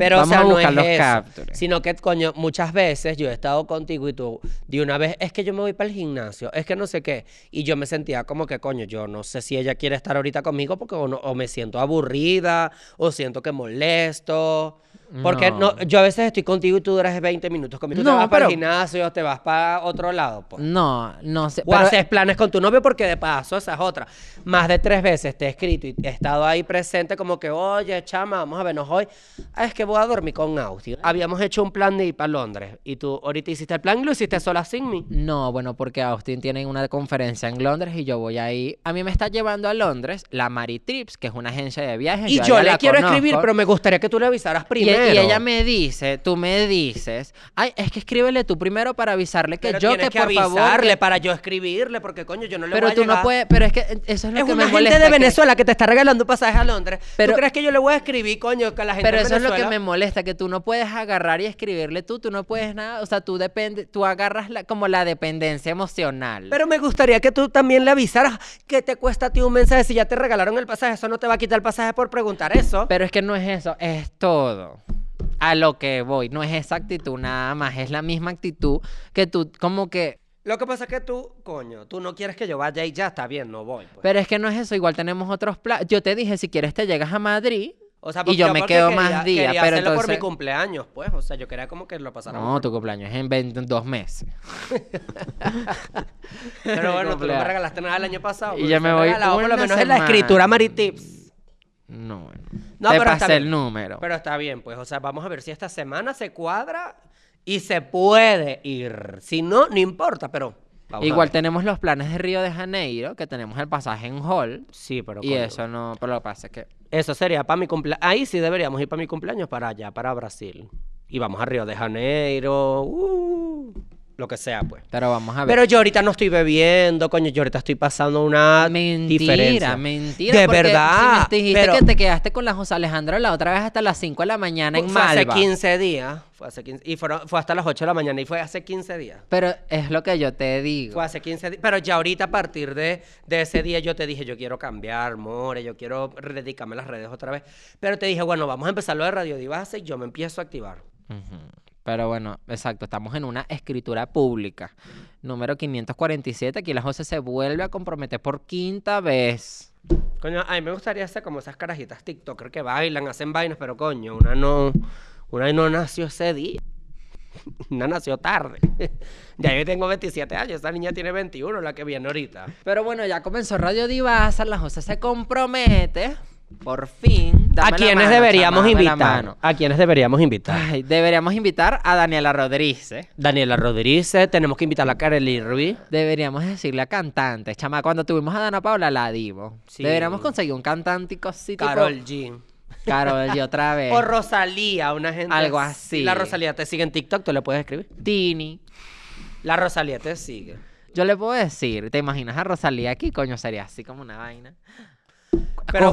[SPEAKER 2] o
[SPEAKER 1] vamos
[SPEAKER 2] sea,
[SPEAKER 1] a
[SPEAKER 2] no
[SPEAKER 1] buscar
[SPEAKER 2] es
[SPEAKER 1] los
[SPEAKER 2] eso,
[SPEAKER 1] captures.
[SPEAKER 2] Sino que, coño, muchas veces yo he estado contigo y tú, de una vez, es que yo me voy para el gimnasio, es que no sé qué, y yo me sentía como que, coño, yo no sé si ella quiere estar ahorita conmigo porque o, no- o me siento aburrida, o siento que molesto... Porque
[SPEAKER 1] No.
[SPEAKER 2] no. yo a veces estoy contigo y tú duras 20 minutos conmigo. Tú te
[SPEAKER 1] No,
[SPEAKER 2] vas para el
[SPEAKER 1] pero-
[SPEAKER 2] gimnasio, te vas para otro lado. Pues.
[SPEAKER 1] No, no sé.
[SPEAKER 2] O haces planes con tu novio porque de paso, esa es otra. Más de tres veces te he escrito y he estado ahí presente como que, oye, chama, vamos a vernos hoy. Ah, es que voy a dormir con Austi. Habíamos hecho un plan de ir para Londres y tú ahorita hiciste el plan y lo hiciste sola sin mí.
[SPEAKER 1] No, bueno, porque Austin tiene una conferencia en Londres y yo voy ahí. A mí me está llevando a Londres la Mari Trips, que es una agencia de viajes.
[SPEAKER 2] Y yo,
[SPEAKER 1] a ella
[SPEAKER 2] le
[SPEAKER 1] la
[SPEAKER 2] quiero escribir,
[SPEAKER 1] conozco.
[SPEAKER 2] pero me gustaría que tú le avisaras
[SPEAKER 1] Y, e- y
[SPEAKER 2] primero.
[SPEAKER 1] ella me dice, tú me dices, ay, es que escríbele tú primero para avisarle que
[SPEAKER 2] Pero
[SPEAKER 1] yo que
[SPEAKER 2] tienes que,
[SPEAKER 1] por favor.
[SPEAKER 2] avisarle
[SPEAKER 1] que-
[SPEAKER 2] para yo escribirle, porque coño, yo no le voy
[SPEAKER 1] Pero
[SPEAKER 2] a
[SPEAKER 1] tú no
[SPEAKER 2] llegar.
[SPEAKER 1] puedes, pero es que eh, eso es lo
[SPEAKER 2] Es
[SPEAKER 1] que
[SPEAKER 2] una
[SPEAKER 1] me
[SPEAKER 2] gente
[SPEAKER 1] molesta.
[SPEAKER 2] de
[SPEAKER 1] que-
[SPEAKER 2] Venezuela que te está regalando un pasaje a Londres.
[SPEAKER 1] Pero-
[SPEAKER 2] ¿Tú crees que yo le voy a escribir, coño, que a la gente
[SPEAKER 1] Pero
[SPEAKER 2] de
[SPEAKER 1] eso es lo que
[SPEAKER 2] Venezuela?
[SPEAKER 1] me molesta, que tú no puedes agarrar y escribirle tú, tú no puedes nada, o sea, tú depende, tú agarras la, como la dependencia emocional.
[SPEAKER 2] Pero me gustaría que tú también le avisaras que te cuesta a ti un mensaje. Si ya te regalaron el pasaje, eso no te va a quitar el pasaje por preguntar eso.
[SPEAKER 1] Pero es que no es eso, es todo. A lo que voy, no es esa actitud nada más, es la misma actitud que tú, como que...
[SPEAKER 2] Lo que pasa es que tú, coño, tú no quieres que yo vaya y ya está bien, no voy. pues.
[SPEAKER 1] Pero es que no es eso, igual tenemos otros planes. Yo te dije, si quieres te llegas a Madrid
[SPEAKER 2] o sea,
[SPEAKER 1] y yo me
[SPEAKER 2] porque
[SPEAKER 1] quedo
[SPEAKER 2] quería-
[SPEAKER 1] más días,
[SPEAKER 2] quería
[SPEAKER 1] pero
[SPEAKER 2] hacerlo por
[SPEAKER 1] entonces...
[SPEAKER 2] mi cumpleaños, pues. O sea, yo quería como que lo pasáramos.
[SPEAKER 1] No, tu cumpleaños es en 20 dos meses.
[SPEAKER 2] *laughs* Pero bueno, tú no me
[SPEAKER 1] cumpleaños.
[SPEAKER 2] regalaste nada el año pasado.
[SPEAKER 1] Y ya me voy
[SPEAKER 2] regalado por lo
[SPEAKER 1] una
[SPEAKER 2] menos en la
[SPEAKER 1] semana.
[SPEAKER 2] escritura Maritips.
[SPEAKER 1] No, bueno.
[SPEAKER 2] No,
[SPEAKER 1] te
[SPEAKER 2] pero está
[SPEAKER 1] pasé el
[SPEAKER 2] bien.
[SPEAKER 1] número.
[SPEAKER 2] Pero está bien, pues. O sea, vamos a ver si esta semana se cuadra y se puede ir. Si no, no importa, pero. vamos a
[SPEAKER 1] Igual
[SPEAKER 2] ver.
[SPEAKER 1] tenemos los planes de Río de Janeiro, que tenemos el pasaje en Hall.
[SPEAKER 2] Sí, pero.
[SPEAKER 1] Y
[SPEAKER 2] coño.
[SPEAKER 1] eso no, pero lo que pasa es que...
[SPEAKER 2] Eso sería para mi cumpleaños. Ahí sí deberíamos ir para mi cumpleaños, para allá, para Brasil. Y vamos a Río de Janeiro, uh, lo que sea, pues.
[SPEAKER 1] Pero vamos a ver.
[SPEAKER 2] Pero yo ahorita no estoy bebiendo, coño, yo ahorita estoy pasando una
[SPEAKER 1] Mentira,
[SPEAKER 2] diferencia.
[SPEAKER 1] mentira.
[SPEAKER 2] De
[SPEAKER 1] porque
[SPEAKER 2] verdad.
[SPEAKER 1] Si me dijiste
[SPEAKER 2] pero
[SPEAKER 1] que te quedaste con la José Alejandra la otra vez hasta las 5 de la mañana en
[SPEAKER 2] fue hace
[SPEAKER 1] Malva.
[SPEAKER 2] 15 días. Fue hace 15 y fueron- fue hasta las 8 de la mañana y fue hace 15 días.
[SPEAKER 1] Pero es lo que yo te digo.
[SPEAKER 2] Fue hace 15 días. Pero ya ahorita, a partir de, de ese día, yo te dije, yo quiero cambiar, more, yo quiero dedicarme a las redes otra vez. Pero te dije, bueno, vamos a empezar lo de Radio Divasa y yo me empiezo a activar.
[SPEAKER 1] Ujú. Pero bueno, exacto, estamos en una escritura pública. Número 547, aquí la José se vuelve a comprometer por quinta vez.
[SPEAKER 2] Coño, a mí me gustaría hacer como esas carajitas TikToker que bailan, hacen vainas, pero coño, una no, una no nació ese día. *laughs* Una nació tarde. *laughs* Ya yo tengo 27 años, esa niña tiene 21, la que viene ahorita.
[SPEAKER 1] Pero bueno, ya comenzó Radio Divasa, la José se compromete. Por fin. Dame
[SPEAKER 2] ¿A
[SPEAKER 1] la
[SPEAKER 2] quiénes
[SPEAKER 1] mano,
[SPEAKER 2] deberíamos
[SPEAKER 1] chama, dame la
[SPEAKER 2] invitar?
[SPEAKER 1] mano.
[SPEAKER 2] ¿A quiénes deberíamos invitar?
[SPEAKER 1] Ay, deberíamos invitar a Daniela Rodríguez. ¿eh?
[SPEAKER 2] Daniela Rodríguez, tenemos que invitar a Kareli Ruiz.
[SPEAKER 1] Deberíamos decirle a cantantes, chama, cuando tuvimos a Dana Paula la divo.
[SPEAKER 2] Sí.
[SPEAKER 1] Deberíamos conseguir un cantántico así tipo-
[SPEAKER 2] Carol G. Eh.
[SPEAKER 1] Carol y
[SPEAKER 2] *laughs*
[SPEAKER 1] otra vez.
[SPEAKER 2] O Rosalía, una gente.
[SPEAKER 1] Algo así.
[SPEAKER 2] La Rosalía te sigue en TikTok, tú le puedes escribir.
[SPEAKER 1] Tini.
[SPEAKER 2] La Rosalía te sigue.
[SPEAKER 1] Yo le puedo decir, ¿te imaginas a Rosalía aquí? Coño, sería así como una vaina.
[SPEAKER 2] Pero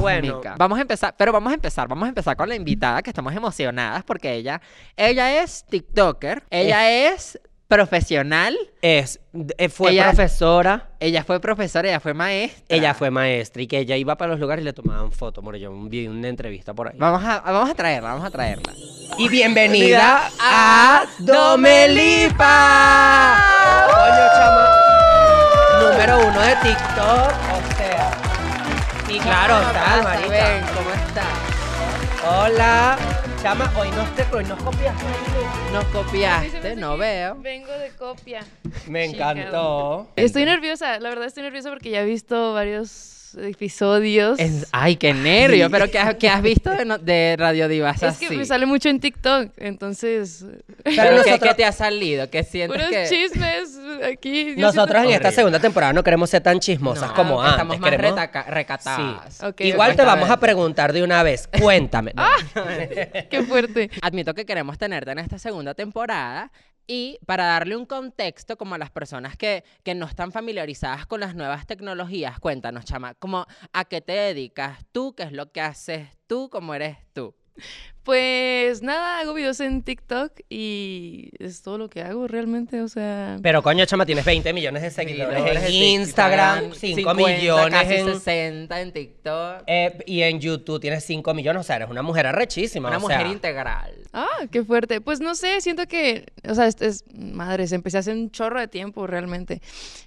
[SPEAKER 1] cósmica.
[SPEAKER 2] bueno.
[SPEAKER 1] Vamos a empezar, pero vamos a empezar, vamos a empezar con la invitada que estamos emocionadas porque ella, ella es TikToker, ella es profesional,
[SPEAKER 2] Es, eh, fue
[SPEAKER 1] Ella-
[SPEAKER 2] profesora.
[SPEAKER 1] ella fue profesora, ella fue maestra.
[SPEAKER 2] Ella fue maestra y que ella iba para los lugares y le tomaban fotos. Bueno, yo vi una entrevista por ahí.
[SPEAKER 1] Vamos a, vamos a traerla, vamos a traerla.
[SPEAKER 2] Y bienvenida a Domelipa. Coño, chama. Número uno de TikTok, o sea. Y claro,
[SPEAKER 1] Hola, Marta,
[SPEAKER 2] está, Marita.
[SPEAKER 1] ven, ¿Cómo estás?
[SPEAKER 2] Hola. Chama, hoy nos, te, hoy nos
[SPEAKER 1] Nos
[SPEAKER 2] copiaste.
[SPEAKER 3] A mí se me
[SPEAKER 1] copiaste,
[SPEAKER 3] hace
[SPEAKER 1] Ah, no
[SPEAKER 3] que
[SPEAKER 1] veo.
[SPEAKER 3] Vengo de copia.
[SPEAKER 2] Me
[SPEAKER 3] Chica.
[SPEAKER 2] encantó.
[SPEAKER 3] Estoy nerviosa, la verdad estoy nerviosa porque ya he visto varios episodios.
[SPEAKER 1] Es- ay, qué nervio. Pero ¿qué has, qué has visto de, no- de Radio Divas
[SPEAKER 3] Es que
[SPEAKER 1] así?
[SPEAKER 3] me sale mucho en TikTok,
[SPEAKER 1] *laughs*
[SPEAKER 3] entonces
[SPEAKER 1] Pero ¿qué,
[SPEAKER 2] nosotros-
[SPEAKER 1] qué te ha salido? ¿Qué sientes
[SPEAKER 3] unos
[SPEAKER 1] que...?
[SPEAKER 3] chismes aquí. yo
[SPEAKER 2] Nosotros
[SPEAKER 3] *laughs*
[SPEAKER 2] en
[SPEAKER 3] siento-
[SPEAKER 2] esta
[SPEAKER 1] Horrible.
[SPEAKER 2] segunda temporada no queremos ser tan chismosas
[SPEAKER 1] No,
[SPEAKER 2] como antes.
[SPEAKER 1] Estamos más
[SPEAKER 2] queremos-
[SPEAKER 1] retaca- recatadas.
[SPEAKER 2] Sí.
[SPEAKER 3] Ok,
[SPEAKER 2] Igual
[SPEAKER 3] ok.
[SPEAKER 2] te vamos a preguntar de una vez. Cuéntame. No.
[SPEAKER 3] Qué fuerte.
[SPEAKER 1] Admito que queremos tenerte en esta segunda temporada y para darle un contexto como a las personas que, que no están familiarizadas con las nuevas tecnologías, cuéntanos, chama, como a qué te dedicas tú, qué es lo que haces tú, cómo eres tú.
[SPEAKER 3] Pues nada, hago videos en TikTok y es todo lo que hago realmente, o sea...
[SPEAKER 2] Pero coño, chama, tienes 20 millones de seguidores
[SPEAKER 1] Seguidores
[SPEAKER 2] en
[SPEAKER 1] en
[SPEAKER 2] Instagram, 5 millones
[SPEAKER 1] casi
[SPEAKER 2] en,
[SPEAKER 1] 60 en TikTok.
[SPEAKER 2] eh, y en YouTube tienes 5 millones. O sea, eres una mujer arrechísima.
[SPEAKER 1] una
[SPEAKER 2] o
[SPEAKER 1] mujer
[SPEAKER 2] sea,
[SPEAKER 1] integral.
[SPEAKER 3] Ah, qué fuerte. Pues no sé, siento que, o sea, es, es- madres, empecé hace un chorro de tiempo realmente.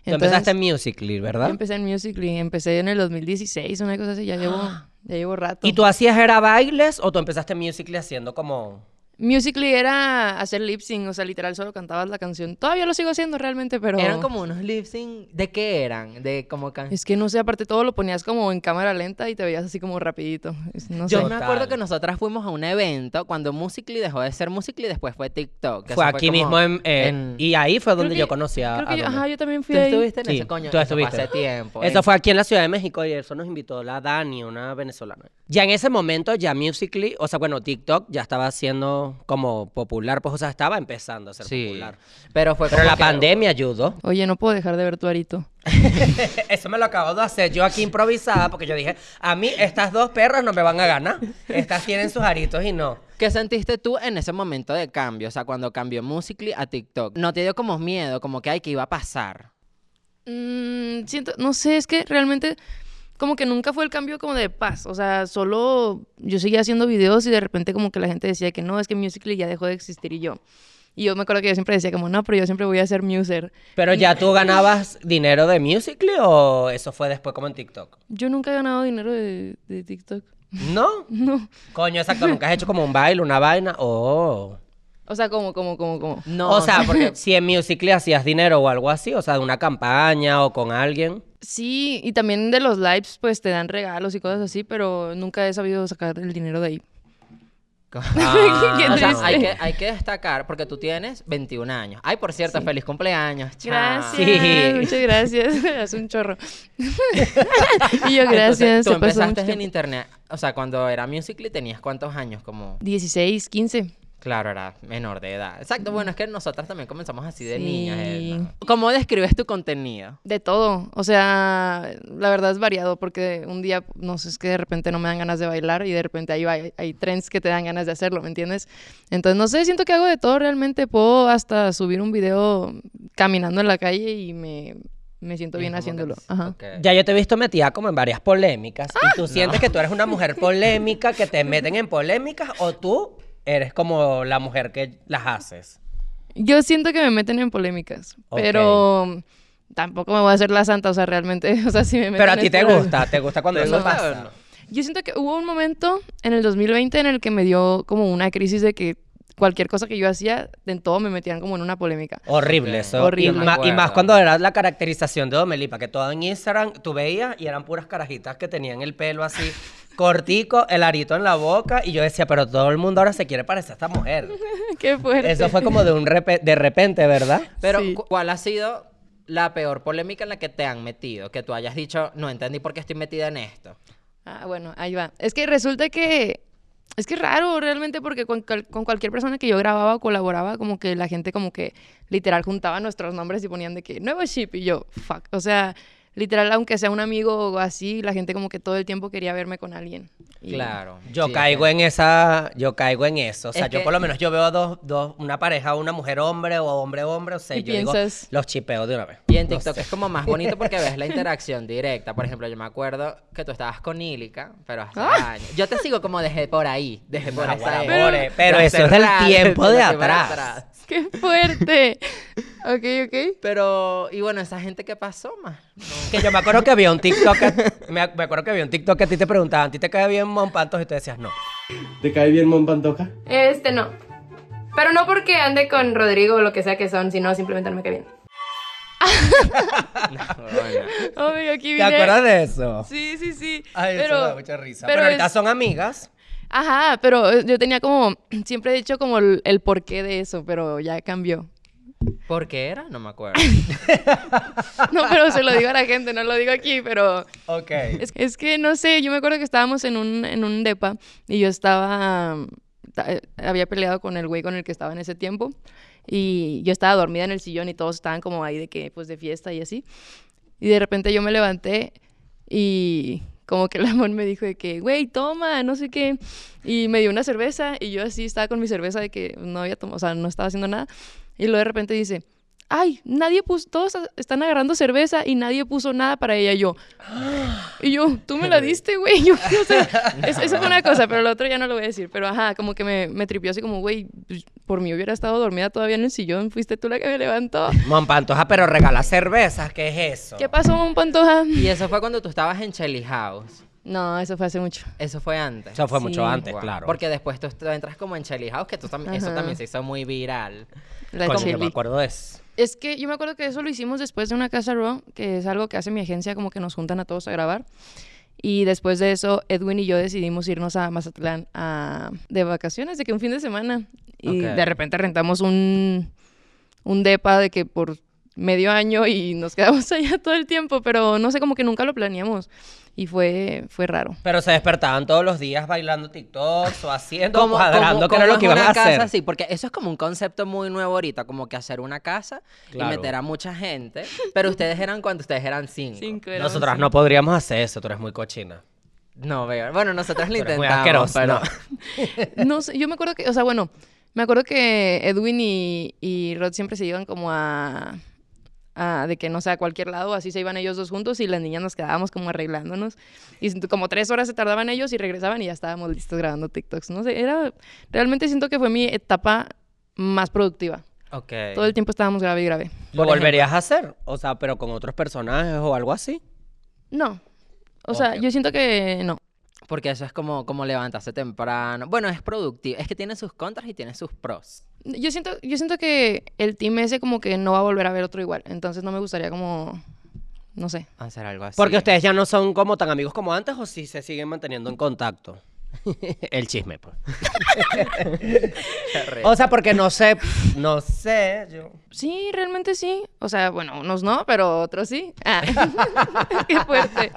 [SPEAKER 2] Tú empezaste en Musical.ly,
[SPEAKER 3] Yo
[SPEAKER 2] ¿verdad?
[SPEAKER 3] empecé en Musical.ly, empecé en el 2016, una cosa así, ya llevo,
[SPEAKER 1] Ah.
[SPEAKER 3] ya llevo rato.
[SPEAKER 2] ¿Y tú hacías era bailes o tú empezaste en Musical.ly haciendo como...
[SPEAKER 3] Musical.ly era hacer lip sync, o sea, literal solo cantabas la canción. Todavía lo sigo haciendo realmente, pero...
[SPEAKER 1] Eran como unos lip sync. ¿De qué eran? De como can...
[SPEAKER 3] Es que no sé, aparte todo lo ponías como en cámara lenta y te veías así como rapidito. Es- No
[SPEAKER 1] Yo
[SPEAKER 3] sé.
[SPEAKER 1] me
[SPEAKER 2] Total.
[SPEAKER 1] acuerdo que nosotras fuimos a un evento cuando Musically dejó de ser Musically, después fue TikTok. que
[SPEAKER 2] Fue
[SPEAKER 1] eso
[SPEAKER 2] aquí
[SPEAKER 1] como
[SPEAKER 2] mismo en, eh,
[SPEAKER 1] en-
[SPEAKER 2] Y ahí fue
[SPEAKER 3] Creo
[SPEAKER 2] donde
[SPEAKER 3] que-
[SPEAKER 2] yo conocí a...
[SPEAKER 3] creo
[SPEAKER 2] a
[SPEAKER 3] que yo,
[SPEAKER 2] Donna.
[SPEAKER 3] ajá, yo también fui
[SPEAKER 1] Tú
[SPEAKER 3] ahí.
[SPEAKER 1] estuviste en
[SPEAKER 2] Sí,
[SPEAKER 1] ese coño.
[SPEAKER 2] tú
[SPEAKER 1] eso fue
[SPEAKER 2] estuviste.
[SPEAKER 1] hace tiempo.
[SPEAKER 2] Eso
[SPEAKER 1] en-
[SPEAKER 2] fue aquí en la Ciudad de México y eso nos invitó la Dani, una venezolana. Ya en ese momento, ya Musically, o sea, bueno, TikTok ya estaba siendo como popular, pues, o sea, estaba empezando a ser
[SPEAKER 1] Sí.
[SPEAKER 2] popular.
[SPEAKER 1] Pero fue
[SPEAKER 2] Pero
[SPEAKER 1] como
[SPEAKER 2] la
[SPEAKER 1] que-
[SPEAKER 2] pandemia ayudó.
[SPEAKER 3] Oye, no puedo dejar de ver tu arito.
[SPEAKER 2] *laughs* Eso me lo acabo de hacer yo aquí improvisada porque yo dije, a mí estas dos perras no me van a ganar. Estas tienen sus aritos y no.
[SPEAKER 1] ¿Qué sentiste tú en ese momento de cambio? O sea, cuando cambió Musically a TikTok. ¿No te dio como miedo, como que, ay, que iba a pasar?
[SPEAKER 3] Mm, siento, no sé, es que realmente como que nunca fue el cambio como de paz, o sea, solo yo seguía haciendo videos y de repente como que la gente decía que no, es que Musical.ly ya dejó de existir y yo. Y yo me acuerdo que yo siempre decía como, no, pero yo siempre voy a ser muser.
[SPEAKER 2] Pero ya tú ganabas dinero de Musically o eso fue después como en TikTok.
[SPEAKER 3] Yo nunca he ganado dinero de, de TikTok.
[SPEAKER 2] No.
[SPEAKER 3] No.
[SPEAKER 2] Coño, exacto, nunca has hecho como un baile, una vaina. Oh.
[SPEAKER 3] O sea, como, como, como, como.
[SPEAKER 1] No.
[SPEAKER 2] o sea, *laughs* porque si en Musical.ly hacías dinero o algo así, o sea, de una campaña o con alguien.
[SPEAKER 3] Sí, y también de los lives pues te dan regalos y cosas así, pero nunca he sabido sacar el dinero de ahí. *laughs*
[SPEAKER 2] *laughs*
[SPEAKER 3] Qué
[SPEAKER 2] Ah,
[SPEAKER 1] o sea,
[SPEAKER 3] triste.
[SPEAKER 1] hay, que, hay que destacar, porque tú tienes 21 años. Ay, por cierto, feliz cumpleaños. chao.
[SPEAKER 3] Gracias,
[SPEAKER 2] Sí.
[SPEAKER 3] muchas gracias. *laughs* Es un chorro. y yo,
[SPEAKER 1] Entonces,
[SPEAKER 3] gracias.
[SPEAKER 1] tú
[SPEAKER 3] se pasó mucho
[SPEAKER 1] empezaste en
[SPEAKER 3] tiempo.
[SPEAKER 1] internet. O sea, cuando era Musically tenías cuántos años como...
[SPEAKER 3] 16, 15.
[SPEAKER 1] Claro, era menor de edad. Exacto, bueno, es que nosotras también comenzamos así de
[SPEAKER 3] Sí.
[SPEAKER 1] niñas. Edna. ¿Cómo describes tu contenido?
[SPEAKER 3] De todo. O sea, la verdad es variado porque un día, no sé, es que de repente no me dan ganas de bailar y de repente ahí hay, hay trends que te dan ganas de hacerlo, ¿me entiendes? Entonces, no sé, siento que hago de todo realmente. Puedo hasta subir un video caminando en la calle y me, me siento
[SPEAKER 1] Y es
[SPEAKER 3] bien
[SPEAKER 1] como que
[SPEAKER 3] haciéndolo.
[SPEAKER 1] dices,
[SPEAKER 3] Ajá.
[SPEAKER 1] ok.
[SPEAKER 2] Ya yo te he visto metida como en varias polémicas.
[SPEAKER 1] Ah,
[SPEAKER 2] y tú sientes que tú eres
[SPEAKER 1] *laughs*
[SPEAKER 2] una mujer polémica, que te meten en polémicas, o tú eres como la mujer que las haces.
[SPEAKER 3] Yo siento que me meten en polémicas,
[SPEAKER 2] Ok.
[SPEAKER 3] pero tampoco me voy a hacer la santa, o sea, realmente, *laughs* o sea, si me meten
[SPEAKER 2] Pero a
[SPEAKER 3] es
[SPEAKER 2] ti te
[SPEAKER 3] por algo.
[SPEAKER 2] gusta, te gusta cuando
[SPEAKER 1] ¿Te
[SPEAKER 2] eso
[SPEAKER 1] gusta
[SPEAKER 2] pasa.
[SPEAKER 1] o no?
[SPEAKER 3] Yo siento que hubo un momento en el 2020 en el que me dio como una crisis de que cualquier cosa que yo hacía, en todo me metían como en una polémica.
[SPEAKER 2] Horrible
[SPEAKER 1] Ok.
[SPEAKER 2] eso.
[SPEAKER 3] Horrible.
[SPEAKER 2] Y, ma- y
[SPEAKER 1] Acuerdo.
[SPEAKER 2] más cuando era la caracterización de Domelipa, que todo en Instagram tú veías y eran puras carajitas que tenían el
[SPEAKER 1] *laughs*
[SPEAKER 2] pelo así cortico, el arito en la boca, y yo decía, pero todo el mundo ahora se quiere parecer a esta mujer.
[SPEAKER 3] *laughs*
[SPEAKER 1] *laughs*
[SPEAKER 3] Qué fuerte.
[SPEAKER 2] Eso fue como de un repe- de repente, ¿verdad?
[SPEAKER 1] Pero,
[SPEAKER 3] Sí.
[SPEAKER 1] ¿cu- ¿cuál ha sido la peor polémica en la que te han metido? Que tú hayas dicho, no entendí por qué estoy metida en esto.
[SPEAKER 3] Ah, bueno, ahí va. Es que resulta que... Es que es raro realmente porque con, cual- con cualquier persona que yo grababa o colaboraba, como que la gente como que literal juntaba nuestros nombres y ponían de que nuevo ship y yo, fuck. O sea, literal, aunque sea un amigo o así, la gente como que todo el tiempo quería verme con alguien. Y-
[SPEAKER 1] Claro.
[SPEAKER 2] Yo
[SPEAKER 1] sí,
[SPEAKER 2] caigo
[SPEAKER 1] es
[SPEAKER 2] en esa, yo caigo en eso. O sea,
[SPEAKER 1] Es
[SPEAKER 2] yo
[SPEAKER 1] que-
[SPEAKER 2] por lo menos yo veo dos, dos, una pareja, una mujer hombre o hombre hombre, o sea,
[SPEAKER 3] Y
[SPEAKER 2] yo
[SPEAKER 3] piensas-
[SPEAKER 2] digo, los chipeo de una vez.
[SPEAKER 1] que- Y en
[SPEAKER 2] No
[SPEAKER 1] TikTok
[SPEAKER 2] sé.
[SPEAKER 1] es como más bonito porque ves
[SPEAKER 2] *laughs*
[SPEAKER 1] la interacción directa. Por ejemplo, yo me acuerdo que tú estabas con Ílica, pero hace años. Yo te sigo como desde por ahí, desde por
[SPEAKER 2] Ah,
[SPEAKER 1] esa
[SPEAKER 2] bueno, amores,
[SPEAKER 1] época.
[SPEAKER 2] pero
[SPEAKER 1] De
[SPEAKER 2] eso es del
[SPEAKER 1] atrás,
[SPEAKER 2] tiempo
[SPEAKER 1] de
[SPEAKER 2] de
[SPEAKER 1] los tiempos
[SPEAKER 2] atrás.
[SPEAKER 3] ¡Qué fuerte! *laughs* ok, ok.
[SPEAKER 1] Pero, y bueno, esa gente que pasó
[SPEAKER 2] *laughs*
[SPEAKER 1] más.
[SPEAKER 2] Que yo me *laughs* acuerdo que había un TikTok, me, ac- me acuerdo que había un TikTok que a ti te preguntaban, ¿a ti te cae bien Monpantos? Y tú decías, no.
[SPEAKER 4] ¿Te cae bien Mon Pantoja?
[SPEAKER 3] Este no. Pero no porque ande con Rodrigo o lo que sea que son, sino simplemente no me cae bien. Obvio, Oh, aquí
[SPEAKER 2] ¿Te
[SPEAKER 3] vine.
[SPEAKER 2] acuerdas de eso?
[SPEAKER 3] Sí, sí, sí.
[SPEAKER 2] Ay,
[SPEAKER 3] pero,
[SPEAKER 2] eso da mucha risa. Pero,
[SPEAKER 3] Pero,
[SPEAKER 2] ahorita
[SPEAKER 3] es-
[SPEAKER 2] son amigas.
[SPEAKER 3] Ajá, pero eh, yo tenía como, *clears throat* siempre he dicho como el, el porqué de eso, pero ya cambió. *laughs*
[SPEAKER 1] ¿Por qué era? No me
[SPEAKER 2] *laughs*
[SPEAKER 1] acuerdo.
[SPEAKER 3] No, pero se lo digo a la gente, no lo digo aquí, pero
[SPEAKER 2] Ok.
[SPEAKER 3] Es, es que no sé, yo me acuerdo que estábamos en un, en un depa y yo estaba. ta- eh, Había peleado con el güey con el que estaba en ese tiempo y yo estaba dormida en el sillón y todos estaban como ahí de que, pues de fiesta y así. Y de repente yo me levanté y como que el amor me dijo de que, güey, toma, no sé qué. Y me dio una cerveza y yo así estaba con mi cerveza de que no había tomado, o sea, no estaba haciendo nada. Y luego de repente dice, ay, nadie puso, todos a- están agarrando cerveza y nadie puso nada para ella. Y yo, y yo, tú me la diste, güey. *laughs* Yo, o sea, es- eso fue una cosa, pero lo otro ya no lo voy a decir. Pero ajá, como que me, me tripió así como, güey, pues, por mí hubiera estado dormida todavía en el sillón, fuiste tú la que me levantó.
[SPEAKER 2] Mon Pantoja, pero regala cervezas, ¿qué es eso?
[SPEAKER 3] ¿Qué pasó, Mon Pantoja?
[SPEAKER 1] y eso fue cuando tú estabas en Chelly House.
[SPEAKER 3] No, eso fue hace mucho.
[SPEAKER 1] Eso fue antes.
[SPEAKER 2] Eso fue mucho
[SPEAKER 3] Sí.
[SPEAKER 2] antes,
[SPEAKER 1] Guau.
[SPEAKER 2] claro.
[SPEAKER 1] Porque después tú est- entras como en Chelly House, que tú tam- eso
[SPEAKER 3] Ajá.
[SPEAKER 1] también se hizo muy viral.
[SPEAKER 3] La
[SPEAKER 2] Coño, yo
[SPEAKER 3] Shelly.
[SPEAKER 2] me acuerdo de eso.
[SPEAKER 3] Es que yo me acuerdo que eso lo hicimos después de una casa Raw, que es algo que hace mi agencia, como que nos juntan a todos a grabar. Y después de eso, Edwin y yo decidimos irnos a Mazatlán a- de vacaciones, de que un fin de semana. Y
[SPEAKER 2] Ok.
[SPEAKER 3] de repente rentamos un, un depa de que por medio año y nos quedamos *laughs* allá todo el tiempo, pero no sé, como que nunca lo planeamos. Y fue, fue raro.
[SPEAKER 2] Pero se despertaban todos los días bailando TikToks o haciendo,
[SPEAKER 1] Como-
[SPEAKER 2] o
[SPEAKER 1] como-
[SPEAKER 2] cuadrando, que era
[SPEAKER 1] como
[SPEAKER 2] lo que
[SPEAKER 1] es
[SPEAKER 2] iban a
[SPEAKER 1] una casa
[SPEAKER 2] hacer.
[SPEAKER 1] así, porque eso es como un concepto muy nuevo ahorita, como que hacer una casa y
[SPEAKER 2] Claro.
[SPEAKER 1] meter a mucha gente. Pero ustedes eran cuando ustedes eran cinco.
[SPEAKER 2] Nosotras no podríamos hacer eso, tú eres muy cochina.
[SPEAKER 1] No veo. Bueno, nosotros lo
[SPEAKER 2] Tú eres muy
[SPEAKER 1] intentamos,
[SPEAKER 2] asquerosa,
[SPEAKER 1] pero
[SPEAKER 2] no.
[SPEAKER 3] No sé, yo me acuerdo que, o sea, bueno, me acuerdo que Edwin y, y Rod siempre se iban como a, a- de que no sé, a cualquier lado, así se iban ellos dos juntos y las niñas nos quedábamos como arreglándonos. Y siento- como tres horas se tardaban ellos y regresaban y ya estábamos listos grabando TikToks. No sé, era, realmente siento que fue mi etapa más productiva.
[SPEAKER 1] Ok.
[SPEAKER 3] Todo el tiempo estábamos grave y grave.
[SPEAKER 2] ¿Lo
[SPEAKER 1] Por
[SPEAKER 2] volverías a hacer? O sea, pero con otros personajes o algo así.
[SPEAKER 3] No. O sea,
[SPEAKER 2] Ok.
[SPEAKER 3] yo siento que no.
[SPEAKER 1] *laughs* Porque eso es como, como levantarse temprano. Bueno, es productivo. Es que tiene sus contras y tiene sus pros.
[SPEAKER 3] Yo siento, yo siento que el team ese como que no va a volver a ver otro igual. Entonces no me gustaría como, no sé,
[SPEAKER 1] Hacer algo así.
[SPEAKER 2] Porque ustedes ya no son como tan amigos como antes o si se siguen manteniendo en *laughs* contacto. El chisme, *laughs* pues. o sea, porque no sé, no sé, yo.
[SPEAKER 3] Sí, realmente sí. O sea, bueno, unos no, pero otros sí. Ah. *laughs* Qué fuerte.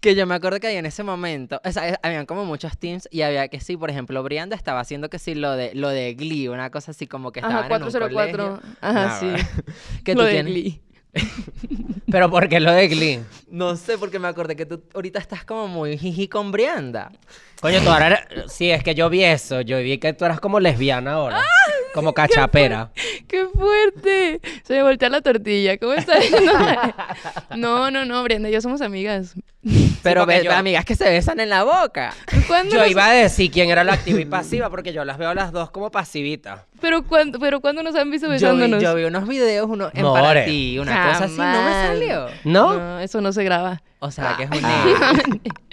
[SPEAKER 1] Que yo me acuerdo que ahí en ese momento, o sea, eh, habían como muchos teams y había que sí, por ejemplo, Brianda estaba haciendo que sí lo de lo de Glee, una cosa así como que estaba
[SPEAKER 3] Ajá, 404. Ajá, sí.
[SPEAKER 1] *laughs* Que
[SPEAKER 3] Lo
[SPEAKER 1] tú
[SPEAKER 3] de
[SPEAKER 1] tienes-
[SPEAKER 3] Glee.
[SPEAKER 2] Pero porque lo de Glee.
[SPEAKER 1] No sé, porque me acordé que tú ahorita estás como muy jiji con Brianda.
[SPEAKER 2] Coño, tú ahora. eres- Sí, es que yo vi eso. Yo vi que tú eras como lesbiana ahora. como cachapera.
[SPEAKER 3] ¡Qué fuerte! Se me voltea la tortilla. ¿Cómo estás?
[SPEAKER 1] *laughs*
[SPEAKER 3] No, no, no, Brenda, yo somos amigas.
[SPEAKER 1] Pero
[SPEAKER 2] porque
[SPEAKER 1] ve,
[SPEAKER 2] yo-
[SPEAKER 1] amigas que se besan en la boca.
[SPEAKER 3] ¿Cuándo
[SPEAKER 2] Yo
[SPEAKER 3] nos-
[SPEAKER 2] iba a decir quién era la activa y pasiva porque yo las veo a las dos como pasivitas.
[SPEAKER 3] Pero cuándo, pero cuándo nos han visto
[SPEAKER 1] Yo vi,
[SPEAKER 3] besándonos?
[SPEAKER 1] yo vi unos videos, uno en
[SPEAKER 2] More.
[SPEAKER 1] para ti, una cosa así, no me
[SPEAKER 3] Jamás.
[SPEAKER 1] salió.
[SPEAKER 2] ¿No?
[SPEAKER 3] eso no se graba.
[SPEAKER 1] O sea, que es un
[SPEAKER 2] Ah.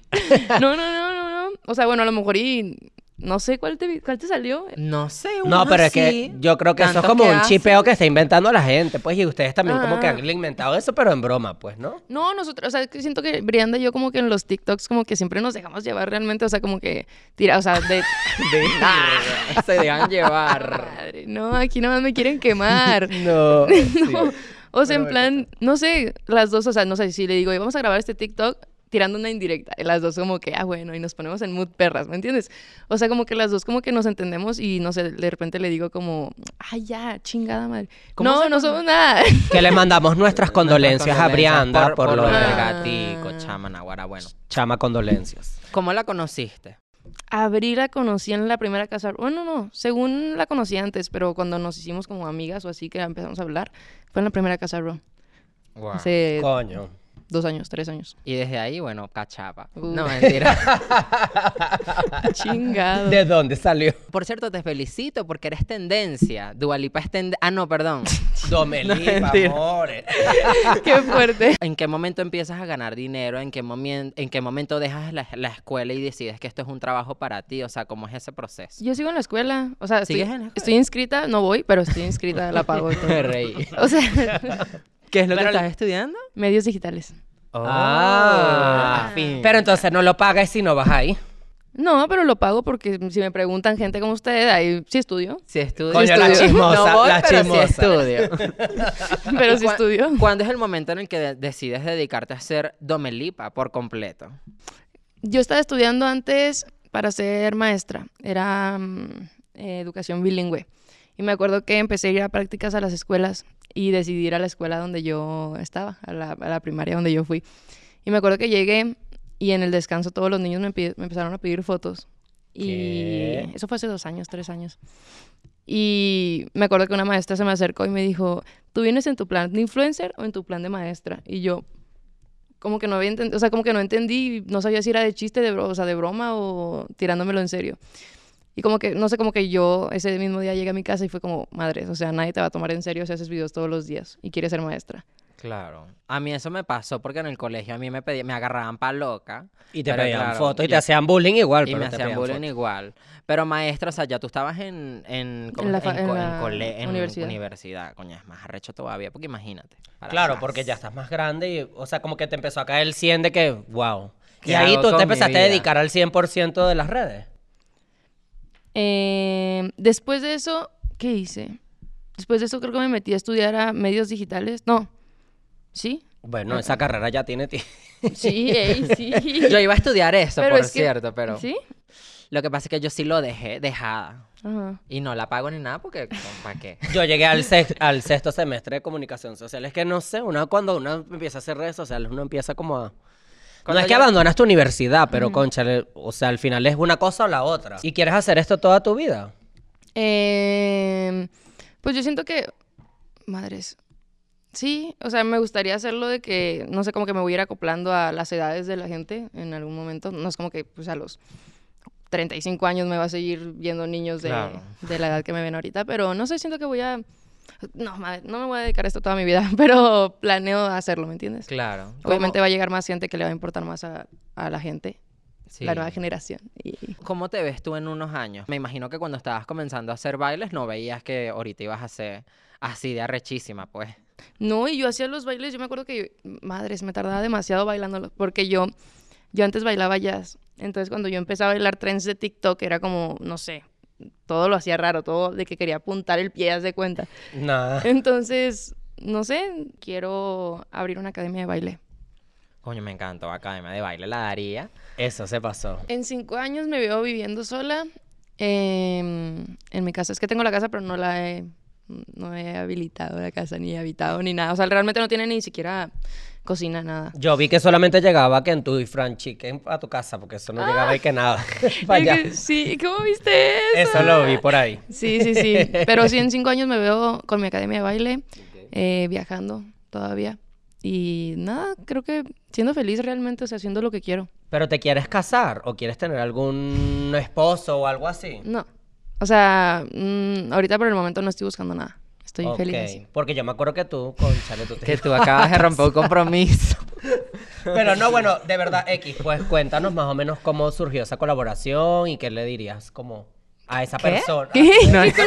[SPEAKER 3] *laughs* No, no, no, no, no. O sea, bueno, a lo mejor y no sé cuál te vi- cuál te salió.
[SPEAKER 1] No sé,
[SPEAKER 2] No,
[SPEAKER 1] unos
[SPEAKER 2] pero es que
[SPEAKER 1] así,
[SPEAKER 2] yo creo que eso es
[SPEAKER 1] tantos
[SPEAKER 2] como un
[SPEAKER 1] hacen.
[SPEAKER 2] chipeo que está inventando la gente, pues, y ustedes también como que
[SPEAKER 3] Ah.
[SPEAKER 2] han inventado eso, pero en broma, pues, ¿no?
[SPEAKER 3] No, nosotros, o sea, que siento que Brianda y yo como que en los TikToks como que siempre nos dejamos llevar realmente, o sea, como que tira, o sea,
[SPEAKER 1] *laughs*
[SPEAKER 3] de *laughs*
[SPEAKER 2] Ah.
[SPEAKER 1] se dejan llevar.
[SPEAKER 3] madre, no, aquí nada más me quieren quemar.
[SPEAKER 2] *laughs* No.
[SPEAKER 3] No, *laughs* o sea, en plan, no sé, las dos, o sea, no sé si le digo, "Oye, vamos a grabar este TikTok tirando una indirecta, y las dos como que, ah, bueno, y nos ponemos en mood perras, ¿me entiendes? O sea, como que las dos como que nos entendemos y no sé, de repente le digo como, ay, ya, chingada madre.
[SPEAKER 1] ¿Cómo
[SPEAKER 3] No,
[SPEAKER 1] se
[SPEAKER 3] no
[SPEAKER 1] conoce?
[SPEAKER 3] somos nada.
[SPEAKER 2] Que le mandamos nuestras condolencias
[SPEAKER 1] Nuestras
[SPEAKER 2] a Brianda por, lo
[SPEAKER 3] de- *laughs*
[SPEAKER 2] del
[SPEAKER 1] del
[SPEAKER 3] Ah.
[SPEAKER 1] gatico, chama naguara, bueno.
[SPEAKER 2] Chama condolencias.
[SPEAKER 1] ¿Cómo la conociste?
[SPEAKER 3] Abrí la conocí en la primera casa. Bueno, no, según la conocí antes, pero cuando nos hicimos
[SPEAKER 1] Eh,
[SPEAKER 3] como amigas o así que empezamos a hablar, fue en la primera casa, bro. Hace
[SPEAKER 2] Coño.
[SPEAKER 3] dos años,
[SPEAKER 1] *laughs*
[SPEAKER 3] tres años.
[SPEAKER 1] Y desde ahí, bueno, cachapa.
[SPEAKER 3] Uh.
[SPEAKER 1] No, mentira. *laughs*
[SPEAKER 3] Chingado.
[SPEAKER 2] ¿De dónde salió?
[SPEAKER 1] Por cierto, te felicito porque eres tendencia. Dualipa es tendencia. Ah, *laughs* no,
[SPEAKER 2] *laughs*
[SPEAKER 1] perdón.
[SPEAKER 2] Domelipa,
[SPEAKER 1] mentira.
[SPEAKER 2] amores.
[SPEAKER 3] Qué
[SPEAKER 1] *laughs*
[SPEAKER 3] fuerte.
[SPEAKER 1] ¿En qué momento empiezas a ganar dinero? ¿En qué, momien- en qué momento dejas la, la escuela y decides que esto es un trabajo para ti? O sea, ¿cómo es ese proceso?
[SPEAKER 3] Yo sigo en la escuela. O sea, estoy,
[SPEAKER 1] ¿Sigues en la escuela?
[SPEAKER 3] estoy inscrita, no voy, pero estoy inscrita, la pago y
[SPEAKER 1] *laughs*
[SPEAKER 3] todo.
[SPEAKER 1] Me reí.
[SPEAKER 3] O sea, *laughs*
[SPEAKER 1] ¿Qué es lo
[SPEAKER 2] Pero-
[SPEAKER 1] que estás estudiando?
[SPEAKER 3] medios digitales.
[SPEAKER 2] Ah.
[SPEAKER 1] Oh, fin.
[SPEAKER 2] Pero entonces no lo pagas si no vas ahí.
[SPEAKER 3] No, pero lo pago porque si me preguntan gente como ustedes, ahí
[SPEAKER 1] *laughs*
[SPEAKER 3] sí estudio. *laughs*
[SPEAKER 1] Si estudio.
[SPEAKER 2] Coño, la
[SPEAKER 1] estudio.
[SPEAKER 2] chismosa,
[SPEAKER 1] No voy,
[SPEAKER 2] la
[SPEAKER 1] pero sí
[SPEAKER 2] chismosa. *laughs*
[SPEAKER 1] estudio.
[SPEAKER 3] Pero sí
[SPEAKER 1] Cua-
[SPEAKER 3] estudio.
[SPEAKER 1] ¿Cuándo es el momento en el que de- decides dedicarte a ser domelipa por completo?
[SPEAKER 3] Yo estaba estudiando antes para ser maestra. Era mm, eh, educación bilingüe. Y me acuerdo que empecé a ir a prácticas a las escuelas y decidí ir a la escuela donde yo estaba, a la, a la primaria donde yo fui. Y me acuerdo que llegué y en el descanso todos los niños me, empe- me empezaron a pedir fotos. Y
[SPEAKER 2] ¿Qué?
[SPEAKER 3] eso fue hace dos años, tres años. Y me acuerdo que una maestra se me acercó y me dijo, ¿tú vienes en tu plan de influencer o en tu plan de maestra? Y yo, como que no había entendido, o sea, como que no entendí, no sabía si era de chiste, de bro- o sea, de broma o tirándomelo en serio. Y como que, no sé, como que yo ese mismo día llegué a mi casa y fue como, madres, o sea, nadie te va a tomar en serio si haces videos todos los días y quieres ser maestra.
[SPEAKER 1] Claro. A mí eso me pasó porque en el colegio a mí me pedían, me agarraban pa' loca.
[SPEAKER 2] Y te
[SPEAKER 1] Pero
[SPEAKER 2] pedían
[SPEAKER 1] claro,
[SPEAKER 2] fotos y te
[SPEAKER 1] yo-
[SPEAKER 2] hacían bullying igual.
[SPEAKER 1] Y
[SPEAKER 2] pero
[SPEAKER 1] me
[SPEAKER 2] te
[SPEAKER 1] hacían
[SPEAKER 2] pedían
[SPEAKER 1] bullying
[SPEAKER 2] fotos.
[SPEAKER 1] igual. Pero maestra, o sea, ya tú estabas en, en, ¿cómo
[SPEAKER 3] En la
[SPEAKER 1] es? en,
[SPEAKER 3] fa- en
[SPEAKER 1] co- en
[SPEAKER 3] la
[SPEAKER 1] cole- en universidad.
[SPEAKER 3] universidad.
[SPEAKER 1] Coño, es más arrecho todavía, porque imagínate. para
[SPEAKER 2] Claro,
[SPEAKER 1] atrás.
[SPEAKER 2] porque ya estás más grande y, o sea, como que te empezó a caer el 100 de que, wow. Y
[SPEAKER 1] ¿Qué
[SPEAKER 2] ahí
[SPEAKER 1] hago
[SPEAKER 2] tú
[SPEAKER 1] con
[SPEAKER 2] te
[SPEAKER 1] mi
[SPEAKER 2] empezaste a
[SPEAKER 1] vida?
[SPEAKER 2] dedicar al 100% de las redes.
[SPEAKER 3] Eh, después de eso, ¿qué hice? Después de eso creo que me metí a estudiar a medios digitales. No, ¿sí?
[SPEAKER 2] Bueno, *clears throat* esa carrera ya tiene ti.
[SPEAKER 3] Sí, ey, sí.
[SPEAKER 1] *laughs* Yo iba a estudiar eso,
[SPEAKER 3] Pero
[SPEAKER 1] por
[SPEAKER 3] es que-
[SPEAKER 1] cierto, pero
[SPEAKER 3] ¿Sí?
[SPEAKER 1] lo que pasa es que yo sí lo dejé dejada.
[SPEAKER 3] Ajá.
[SPEAKER 1] Y no la pago ni nada porque, ¿para
[SPEAKER 3] *laughs*
[SPEAKER 1] qué?
[SPEAKER 2] Yo llegué al, *laughs* sex- al sexto semestre de comunicación social. Es que no sé, uno cuando uno empieza a hacer redes sociales, uno empieza como a... No
[SPEAKER 1] Cuando
[SPEAKER 2] es que
[SPEAKER 1] ya-
[SPEAKER 2] abandonas tu universidad, pero concha, o sea, al final es una cosa o la otra. ¿Y quieres hacer esto toda tu vida?
[SPEAKER 3] Eh, pues yo siento que, madres, sí, o sea, me gustaría hacerlo de que, no sé, como que me voy a ir acoplando a las edades de la gente en algún momento. No es como que, pues a los 35 años me va a seguir viendo niños de,
[SPEAKER 1] Claro.
[SPEAKER 3] de la edad que me ven ahorita, pero no sé, siento que voy a... No, madre, no me voy a dedicar a esto toda mi vida, *laughs* pero planeo hacerlo, ¿me entiendes?
[SPEAKER 1] Claro.
[SPEAKER 3] Obviamente va a llegar más gente que le va a importar más a, a la gente,
[SPEAKER 1] Sí.
[SPEAKER 3] la nueva generación. Y...
[SPEAKER 1] ¿Cómo te ves tú en unos años? Me imagino que cuando estabas comenzando a hacer bailes no veías que ahorita ibas a ser así de arrechísima, pues.
[SPEAKER 3] No, y yo hacía los bailes, yo me acuerdo que, yo- madres, me tardaba demasiado bailándolos, porque yo, yo antes bailaba jazz, entonces cuando yo empecé a bailar trends de TikTok era como, no sé, todo lo hacía raro, todo de que quería apuntar el pie, haz de cuenta.
[SPEAKER 2] Nada.
[SPEAKER 3] Entonces, no sé, quiero abrir una academia de baile.
[SPEAKER 1] Coño, me encantó Academia de Baile, la daría.
[SPEAKER 2] Eso se pasó.
[SPEAKER 3] En cinco años me veo viviendo sola em, en mi casa. Es que tengo la casa, pero no la he, no he habilitado la casa, ni habitado, ni nada. O sea, realmente no tiene ni siquiera cocina, nada.
[SPEAKER 2] Yo vi que solamente llegaba que en tu y Fran Chicken a tu casa, porque eso no llegaba y que *laughs* nada. Pa'
[SPEAKER 3] Yo
[SPEAKER 2] allá.
[SPEAKER 3] que- Sí, ¿cómo viste eso?
[SPEAKER 2] Eso lo vi por ahí.
[SPEAKER 3] Sí,
[SPEAKER 2] *laughs*
[SPEAKER 3] sí, sí. Pero sí, en cinco años me veo con mi academia de baile, eh, viajando todavía. Y nada, creo que siendo feliz realmente, o sea, haciendo lo que quiero.
[SPEAKER 2] ¿Pero te quieres casar o quieres tener algún esposo o algo así?
[SPEAKER 3] No. O sea, mm, ahorita por el momento no estoy buscando nada. Estoy
[SPEAKER 2] Ok,
[SPEAKER 3] feliz así.
[SPEAKER 2] Porque yo me acuerdo que tú, conchale, tú
[SPEAKER 1] Que
[SPEAKER 2] te... *laughs*
[SPEAKER 1] tú acabas de romper un compromiso.
[SPEAKER 2] Pero no, bueno, de verdad, X, pues cuéntanos más o menos cómo surgió esa colaboración y qué le dirías como a esa persona.
[SPEAKER 1] No,
[SPEAKER 2] No, mentira.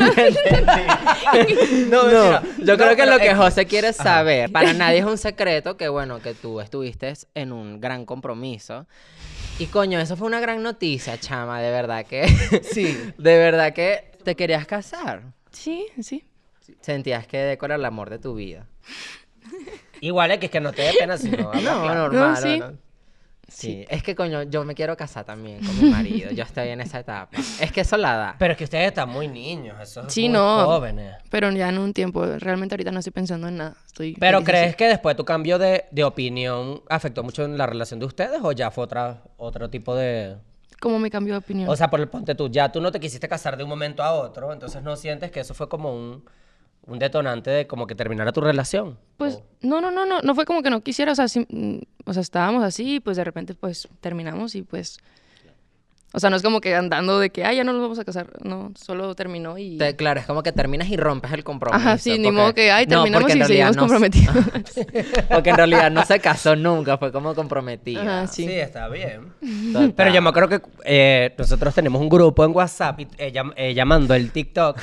[SPEAKER 1] yo
[SPEAKER 2] No,
[SPEAKER 1] creo que
[SPEAKER 2] pero
[SPEAKER 1] lo que
[SPEAKER 2] X.
[SPEAKER 1] José quiere saber, para nadie es un secreto que bueno, que tú estuviste en un gran compromiso. Y coño, eso fue una gran noticia, chama, de verdad
[SPEAKER 3] *laughs*
[SPEAKER 1] que. Sí. De verdad que te querías casar.
[SPEAKER 3] Sí, sí.
[SPEAKER 1] Sentías que decora el amor de tu vida.
[SPEAKER 2] Igual X, que no te dé pena,
[SPEAKER 3] *laughs*
[SPEAKER 2] sino...
[SPEAKER 1] No, normal.
[SPEAKER 3] No, sí.
[SPEAKER 1] ¿no? Sí, es que coño, yo me quiero casar también con mi marido. Yo estoy en esa etapa. Es que eso la da.
[SPEAKER 2] Pero es que ustedes están muy niños, esos
[SPEAKER 3] Sí,
[SPEAKER 2] muy
[SPEAKER 3] no.
[SPEAKER 2] jóvenes.
[SPEAKER 3] Pero ya en un tiempo, realmente ahorita no estoy pensando en nada. Estoy
[SPEAKER 2] Pero
[SPEAKER 3] feliz
[SPEAKER 2] ¿crees
[SPEAKER 3] así.
[SPEAKER 2] que después tu cambio de, de opinión afectó mucho en la relación de ustedes o ya fue otra, otro tipo de...
[SPEAKER 3] ¿Cómo me cambio de opinión?
[SPEAKER 2] O sea, por el ponte tú, ya tú no te quisiste casar de un momento a otro, entonces no sientes que eso fue como un, un detonante de como que terminara tu relación.
[SPEAKER 1] Oh.
[SPEAKER 3] Pues No, no, no, no, no fue como que no quisiera, o sea, sí, mm, o sea, estábamos así y pues de repente pues terminamos y pues... O sea, no es como que andando de que, ah, ya no nos vamos a casar, no, solo terminó y...
[SPEAKER 1] Te- claro, es como que terminas y rompes el compromiso.
[SPEAKER 3] Ajá, sí, ni
[SPEAKER 1] porque-
[SPEAKER 3] modo que, ay,
[SPEAKER 1] No, porque
[SPEAKER 3] terminamos
[SPEAKER 1] en
[SPEAKER 3] y
[SPEAKER 1] realidad
[SPEAKER 3] seguimos
[SPEAKER 1] no-
[SPEAKER 3] comprometidos.
[SPEAKER 1] *laughs* Porque en realidad no se casó nunca, fue como comprometida.
[SPEAKER 3] *laughs* Ajá, sí.
[SPEAKER 2] está bien.
[SPEAKER 1] Total.
[SPEAKER 2] Pero yo me acuerdo que eh, nosotros tenemos un grupo en WhatsApp y, ella, ella mandó el TikTok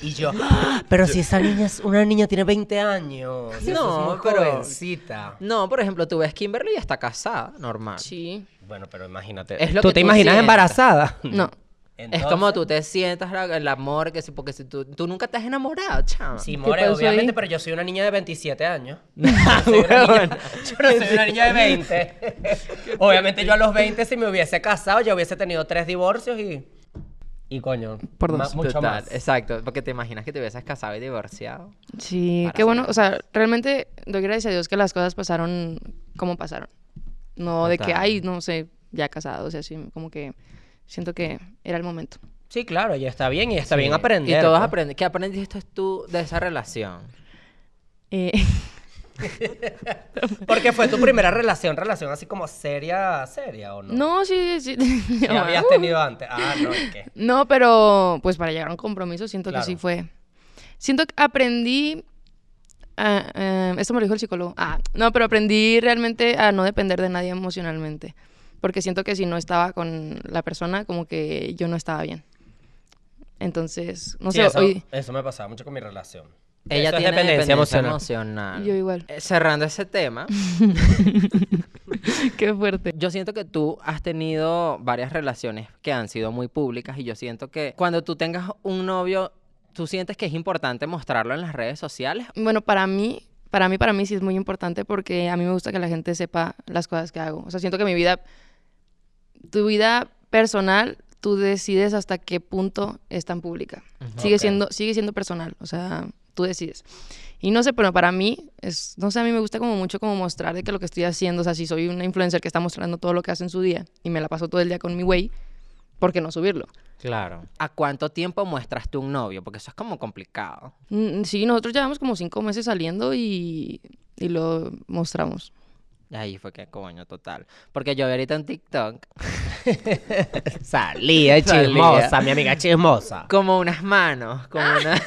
[SPEAKER 2] y yo, "Ah, pero si esa niña es una niña tiene 20 años, eso
[SPEAKER 1] No,
[SPEAKER 2] es muy
[SPEAKER 1] pero-
[SPEAKER 2] jovencita.
[SPEAKER 1] No, por ejemplo, tú ves Kimberly y está casada, normal.
[SPEAKER 3] Sí.
[SPEAKER 2] Bueno, pero imagínate.
[SPEAKER 1] Es lo
[SPEAKER 2] ¿Tú
[SPEAKER 1] que
[SPEAKER 2] te
[SPEAKER 1] tú
[SPEAKER 2] imaginas
[SPEAKER 1] sientas.
[SPEAKER 2] embarazada?
[SPEAKER 3] No.
[SPEAKER 1] Es como tú te sientas la- el amor, que si, porque si tú, tú nunca te has enamorado, chama.
[SPEAKER 2] Sí,
[SPEAKER 3] ¿Qué
[SPEAKER 2] more,
[SPEAKER 3] pasó
[SPEAKER 2] obviamente,
[SPEAKER 3] ahí?
[SPEAKER 2] pero yo soy una niña de 27
[SPEAKER 3] *laughs*
[SPEAKER 2] años. Yo no soy una niña- yo no soy una niña de 20. obviamente yo a los 20, si me hubiese casado, yo hubiese tenido tres divorcios y... Y coño,
[SPEAKER 3] Por
[SPEAKER 2] ma-
[SPEAKER 3] dos.
[SPEAKER 2] mucho
[SPEAKER 1] Total,
[SPEAKER 2] más.
[SPEAKER 1] Exacto, porque te imaginas que te hubieses casado y divorciado.
[SPEAKER 3] Sí,
[SPEAKER 1] Para
[SPEAKER 3] qué bueno. O sea, realmente doy gracias a Dios que las cosas pasaron como pasaron. No de que,
[SPEAKER 1] Total.
[SPEAKER 3] ay, no sé, ya casados y así. Como que siento que era el momento.
[SPEAKER 2] Sí, claro, y está bien, y está bien
[SPEAKER 1] Sí.
[SPEAKER 2] aprender. pues.
[SPEAKER 1] Y todos
[SPEAKER 2] ¿no?
[SPEAKER 1] aprenden. ¿Qué aprendiste tú de esa relación?
[SPEAKER 3] Eh,
[SPEAKER 2] pues. Porque fue tu primera relación, relación así como seria, seria, ¿o no?
[SPEAKER 3] *laughs* no, sí, sí. *laughs*
[SPEAKER 2] Que
[SPEAKER 3] no,
[SPEAKER 2] habías
[SPEAKER 3] ah,
[SPEAKER 2] tenido antes. Ah, no, ¿y
[SPEAKER 3] *laughs*
[SPEAKER 2] qué?
[SPEAKER 3] no, pero pues para llegar a un compromiso siento
[SPEAKER 2] Claro.
[SPEAKER 3] que sí fue. Siento que aprendí... a- eh, esto me lo dijo el psicólogo. Ah, no, pero aprendí realmente a no depender de nadie emocionalmente. Porque siento que si no estaba con la persona, como que yo no estaba bien. Entonces, no
[SPEAKER 2] Sí,
[SPEAKER 3] sé,
[SPEAKER 2] eso,
[SPEAKER 3] hoy- *laughs*
[SPEAKER 2] eso me pasaba mucho con mi relación.
[SPEAKER 1] Ella
[SPEAKER 2] Eso es
[SPEAKER 1] tiene dependencia, emocional.
[SPEAKER 3] Yo igual.
[SPEAKER 1] Eh, Cerrando ese tema,
[SPEAKER 3] Qué fuerte.
[SPEAKER 1] yo siento que tú has tenido varias relaciones que han sido muy públicas y yo siento que cuando tú tengas un novio, tú sientes que es importante mostrarlo en las redes sociales.
[SPEAKER 3] Bueno, para mí, para mí, para mí sí es muy importante porque a mí me gusta que la gente sepa las cosas que hago. O sea, siento que mi vida, tu vida personal, tú decides hasta qué punto es tan pública. Sigue
[SPEAKER 2] Ok.
[SPEAKER 3] siendo, sigue siendo personal. O sea, tú decides. Y no sé, pero para mí, es, no sé, a mí me gusta como mucho como mostrar de que lo que estoy haciendo, o sea, si soy una influencer que está mostrando todo lo que hace en su día y me la paso todo el día con mi güey, ¿por qué no subirlo?
[SPEAKER 1] Claro. ¿A cuánto tiempo muestras tú un novio? Porque eso es como complicado.
[SPEAKER 3] Mm, Sí, nosotros llevamos como cinco meses saliendo y, y lo mostramos.
[SPEAKER 1] Ahí fue que coño, total. Porque yo vi ahorita en TikTok. salía,
[SPEAKER 2] Chismosa, mi amiga chismosa.
[SPEAKER 1] Como unas manos, como
[SPEAKER 3] *laughs*
[SPEAKER 1] una.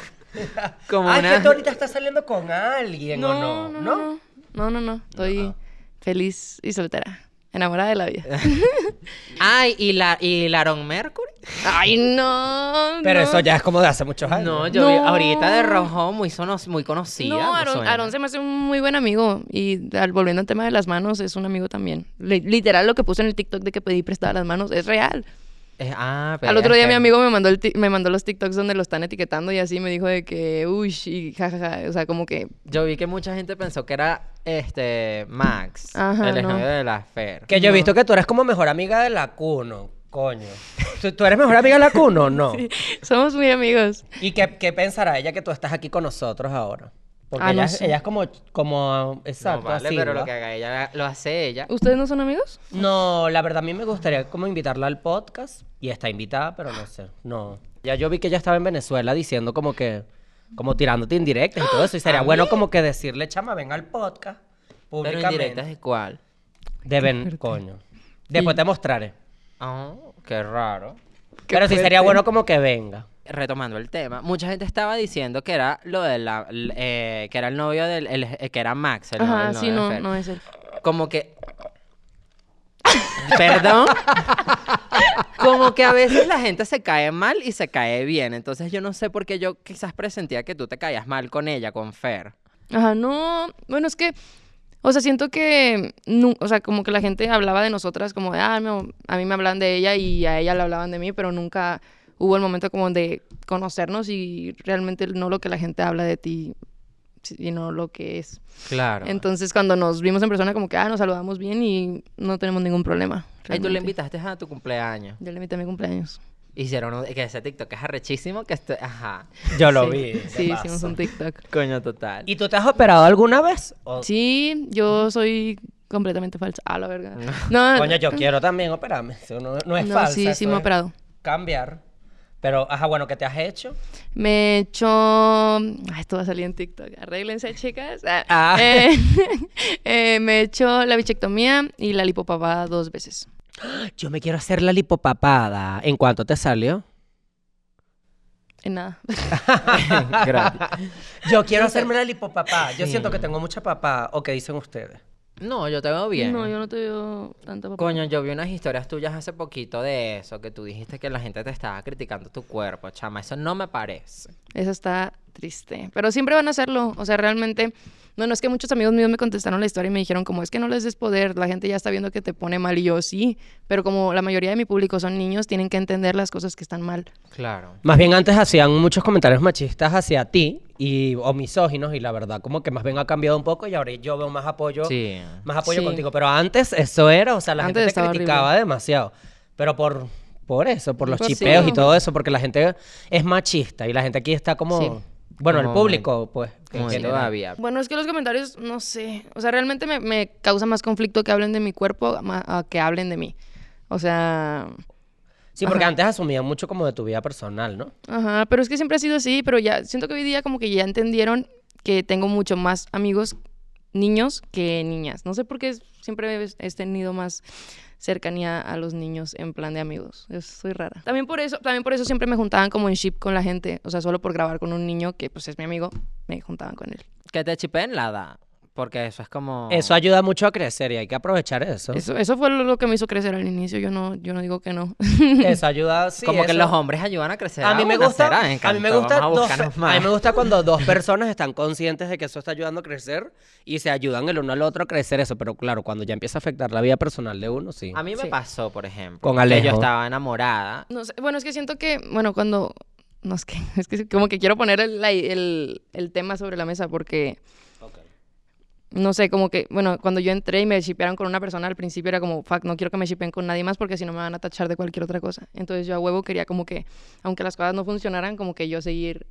[SPEAKER 1] Como
[SPEAKER 2] Ay,
[SPEAKER 1] una.
[SPEAKER 2] que tú ahorita estás saliendo con alguien, ¿o no?
[SPEAKER 3] no, no. No, no, no. Estoy feliz y soltera. Enamorada de la vida.
[SPEAKER 1] Ay, ¿y, la, ¿y Laron Mercury?
[SPEAKER 3] Ay, no.
[SPEAKER 2] Pero
[SPEAKER 3] no.
[SPEAKER 2] eso ya es como de hace muchos años.
[SPEAKER 1] No, yo vi
[SPEAKER 3] No.
[SPEAKER 1] ahorita de rojo, muy, sono- muy conocida.
[SPEAKER 3] No,
[SPEAKER 1] ¿no
[SPEAKER 3] Aaron,
[SPEAKER 1] suena?
[SPEAKER 3] Aaron se me hace un muy buen amigo. Y al- volviendo al tema de las manos, es un amigo también. Le- literal, lo que puse en el TikTok de que pedí prestadas las manos es real.
[SPEAKER 1] Eh, ah, pero
[SPEAKER 3] Al
[SPEAKER 1] ya
[SPEAKER 3] otro día
[SPEAKER 1] está.
[SPEAKER 3] mi amigo me mandó, el ti- me mandó los TikToks donde lo están etiquetando y así me dijo de que, uy, y jajaja. O sea, como que *laughs*
[SPEAKER 1] Yo vi que mucha gente pensó que era este Max,
[SPEAKER 3] Ajá,
[SPEAKER 1] el
[SPEAKER 3] no.
[SPEAKER 1] novio de la Fer.
[SPEAKER 2] Que yo he visto que tú eres como mejor amiga de la cuno, coño. ¿Tú, tú eres mejor amiga de la cuno o
[SPEAKER 3] *laughs*
[SPEAKER 2] no?
[SPEAKER 3] somos muy amigos.
[SPEAKER 2] ¿Y qué, qué pensará ella que tú estás aquí con nosotros ahora? Porque
[SPEAKER 3] Ah, no
[SPEAKER 2] ella, es-
[SPEAKER 3] sé.
[SPEAKER 2] ella es como, como
[SPEAKER 1] No,
[SPEAKER 2] exacto,
[SPEAKER 1] vale,
[SPEAKER 2] así,
[SPEAKER 1] pero lo
[SPEAKER 2] ¿va?
[SPEAKER 1] que haga ella lo hace ella.
[SPEAKER 3] ¿Ustedes no son amigos?
[SPEAKER 2] No, la verdad a mí me gustaría como invitarla al podcast y está invitada, pero no sé, no. Ya yo vi que ella estaba en Venezuela diciendo como que, como tirándote indirectas y todo eso. Y sería bueno como que decirle, chama, ven al podcast
[SPEAKER 1] Pero
[SPEAKER 2] públicamente.
[SPEAKER 1] en directas de cuál.
[SPEAKER 2] Deben, coño. Después te mostraré.
[SPEAKER 1] Oh, qué raro.
[SPEAKER 3] Qué
[SPEAKER 2] Pero sí sería
[SPEAKER 3] fuerte.
[SPEAKER 2] bueno como que venga.
[SPEAKER 1] Retomando el tema, mucha gente estaba diciendo que era lo de la, l- eh, que era el novio del, el- eh, que era Max, el novio-
[SPEAKER 3] Ajá,
[SPEAKER 1] el
[SPEAKER 3] sí,
[SPEAKER 1] novio de
[SPEAKER 3] no,
[SPEAKER 1] Fer.
[SPEAKER 3] no es él.
[SPEAKER 1] Como que. Perdón. Como que a veces la gente se cae mal y se cae bien. Entonces yo no sé por qué yo quizás presentía que tú te caías mal con ella, con Fer.
[SPEAKER 3] Ajá, no. Bueno, es que, o sea, siento que, nu- o sea, como que la gente hablaba de nosotras como de, ah, no, a mí me hablaban de ella y a ella le hablaban de mí, pero nunca hubo el momento como de conocernos y realmente no lo que la gente habla de ti, sino lo que es.
[SPEAKER 1] Claro.
[SPEAKER 3] Entonces, cuando nos vimos en persona, como que, ah, nos saludamos bien y no tenemos ningún problema.
[SPEAKER 1] Ay, tú le
[SPEAKER 3] realmente.
[SPEAKER 1] invitaste a tu cumpleaños.
[SPEAKER 3] Yo le invité a mi cumpleaños.
[SPEAKER 1] Hicieron un- que ese TikTok es arrechísimo que estoy... Ajá.
[SPEAKER 2] Yo lo
[SPEAKER 3] Sí.
[SPEAKER 2] vi. de
[SPEAKER 3] Sí,
[SPEAKER 2] paso.
[SPEAKER 3] hicimos un TikTok.
[SPEAKER 1] Coño total.
[SPEAKER 2] ¿Y tú te has operado alguna vez? O-
[SPEAKER 3] Sí, yo soy completamente falsa. Ah, la verga. No,
[SPEAKER 2] Coño, yo quiero también operarme. Eso no, no es
[SPEAKER 3] eh. no,
[SPEAKER 2] falso.
[SPEAKER 3] sí, sí me he operado.
[SPEAKER 2] Cambiar. Pero, ajá, bueno, ¿qué te has hecho?
[SPEAKER 3] Me he hecho. Ay, esto va a salir en TikTok. Arréglense, chicas. Ah,
[SPEAKER 2] Ah.
[SPEAKER 3] eh, *laughs* eh, me he hecho la bichectomía y la lipopapada dos veces.
[SPEAKER 2] Yo me quiero hacer la lipopapada. ¿En cuánto te salió?
[SPEAKER 3] En nada.
[SPEAKER 2] *laughs* Gratis. Yo quiero hacerme la lipopapada. Yo siento que tengo mucha papá. ¿O qué dicen ustedes?
[SPEAKER 1] No, yo te veo bien.
[SPEAKER 3] No, yo no te veo tanto papada.
[SPEAKER 1] Coño, yo vi unas historias tuyas hace poquito de eso, que tú dijiste que la gente te estaba criticando tu cuerpo, chama. Eso no me parece.
[SPEAKER 3] Eso está triste. Pero siempre van a hacerlo. O sea, realmente. No, no es que muchos amigos míos me contestaron la historia y me dijeron como es que no les des poder, la gente ya está viendo que te pone mal y yo sí, pero como la mayoría de mi público son niños, tienen que entender las cosas que están mal.
[SPEAKER 1] Claro.
[SPEAKER 2] Más bien antes hacían muchos comentarios machistas hacia ti y, o misóginos y la verdad como que más bien ha cambiado un poco y ahora yo veo más apoyo,
[SPEAKER 1] Sí.
[SPEAKER 2] más apoyo
[SPEAKER 3] Sí.
[SPEAKER 2] contigo. Pero antes eso era, o sea, la
[SPEAKER 3] Antes
[SPEAKER 2] gente te
[SPEAKER 3] estaba
[SPEAKER 2] criticaba demasiado. Pero por, por eso, por los
[SPEAKER 3] Pues sí.
[SPEAKER 2] chipeos y todo eso, porque la gente es machista y la gente aquí está como...
[SPEAKER 1] Sí.
[SPEAKER 2] Bueno, el
[SPEAKER 1] Como
[SPEAKER 2] público, pues. en
[SPEAKER 1] Muy
[SPEAKER 2] general.
[SPEAKER 1] todavía.
[SPEAKER 3] Bueno, es que los comentarios, no sé. O sea, realmente me, me causa más conflicto que hablen de mi cuerpo ma- a que hablen de mí. O sea,
[SPEAKER 2] Sí, porque antes asumían mucho como de tu vida personal, ¿no?
[SPEAKER 3] ajá, pero es que siempre ha sido así, pero ya siento que hoy día como que ya entendieron que tengo mucho más amigos niños que niñas. No sé por qué es- siempre he he tenido más cercanía a los niños en plan de amigos. Yo soy rara. También por eso, también por eso siempre me juntaban como en ship con la gente, o sea, solo por grabar con un niño que pues es mi amigo, me juntaban con él.
[SPEAKER 1] Que te chipeen la da. Porque eso es como.
[SPEAKER 2] Eso ayuda mucho a crecer y hay que aprovechar eso. Eso,
[SPEAKER 3] Eso, eso fue lo lo que me hizo crecer al inicio. Yo no, yo no digo que no. *laughs*
[SPEAKER 2] ayuda, sí.
[SPEAKER 1] como que
[SPEAKER 2] eso.
[SPEAKER 1] los hombres ayudan a crecer.
[SPEAKER 2] A mí,
[SPEAKER 1] Ah,
[SPEAKER 2] me
[SPEAKER 1] una
[SPEAKER 2] gusta,
[SPEAKER 1] cera,
[SPEAKER 2] a mí me
[SPEAKER 1] encantó,
[SPEAKER 2] gusta
[SPEAKER 1] vamos a
[SPEAKER 2] dos-
[SPEAKER 1] buscarnos
[SPEAKER 2] a mí
[SPEAKER 1] más.
[SPEAKER 2] me gusta
[SPEAKER 1] *laughs*
[SPEAKER 2] cuando dos personas están conscientes de que eso está ayudando a crecer y se ayudan el uno al otro a crecer eso, pero claro, cuando ya empieza a afectar la vida personal de uno, sí.
[SPEAKER 1] A mí me
[SPEAKER 3] Sí.
[SPEAKER 1] pasó, por ejemplo,
[SPEAKER 2] Con
[SPEAKER 1] que yo
[SPEAKER 2] Alejo.
[SPEAKER 1] estaba enamorada.
[SPEAKER 3] No sé, bueno, es que siento que, bueno, cuando, no es que, *laughs* es que como que quiero poner el, la- el- el tema sobre la mesa porque, no sé, como que, bueno, cuando yo entré y me shipearon con una persona, al principio era como, fuck, no quiero que me shipen con nadie más porque si no me van a tachar de cualquier otra cosa. Entonces yo a huevo quería como que, aunque las cosas no funcionaran, como que yo seguir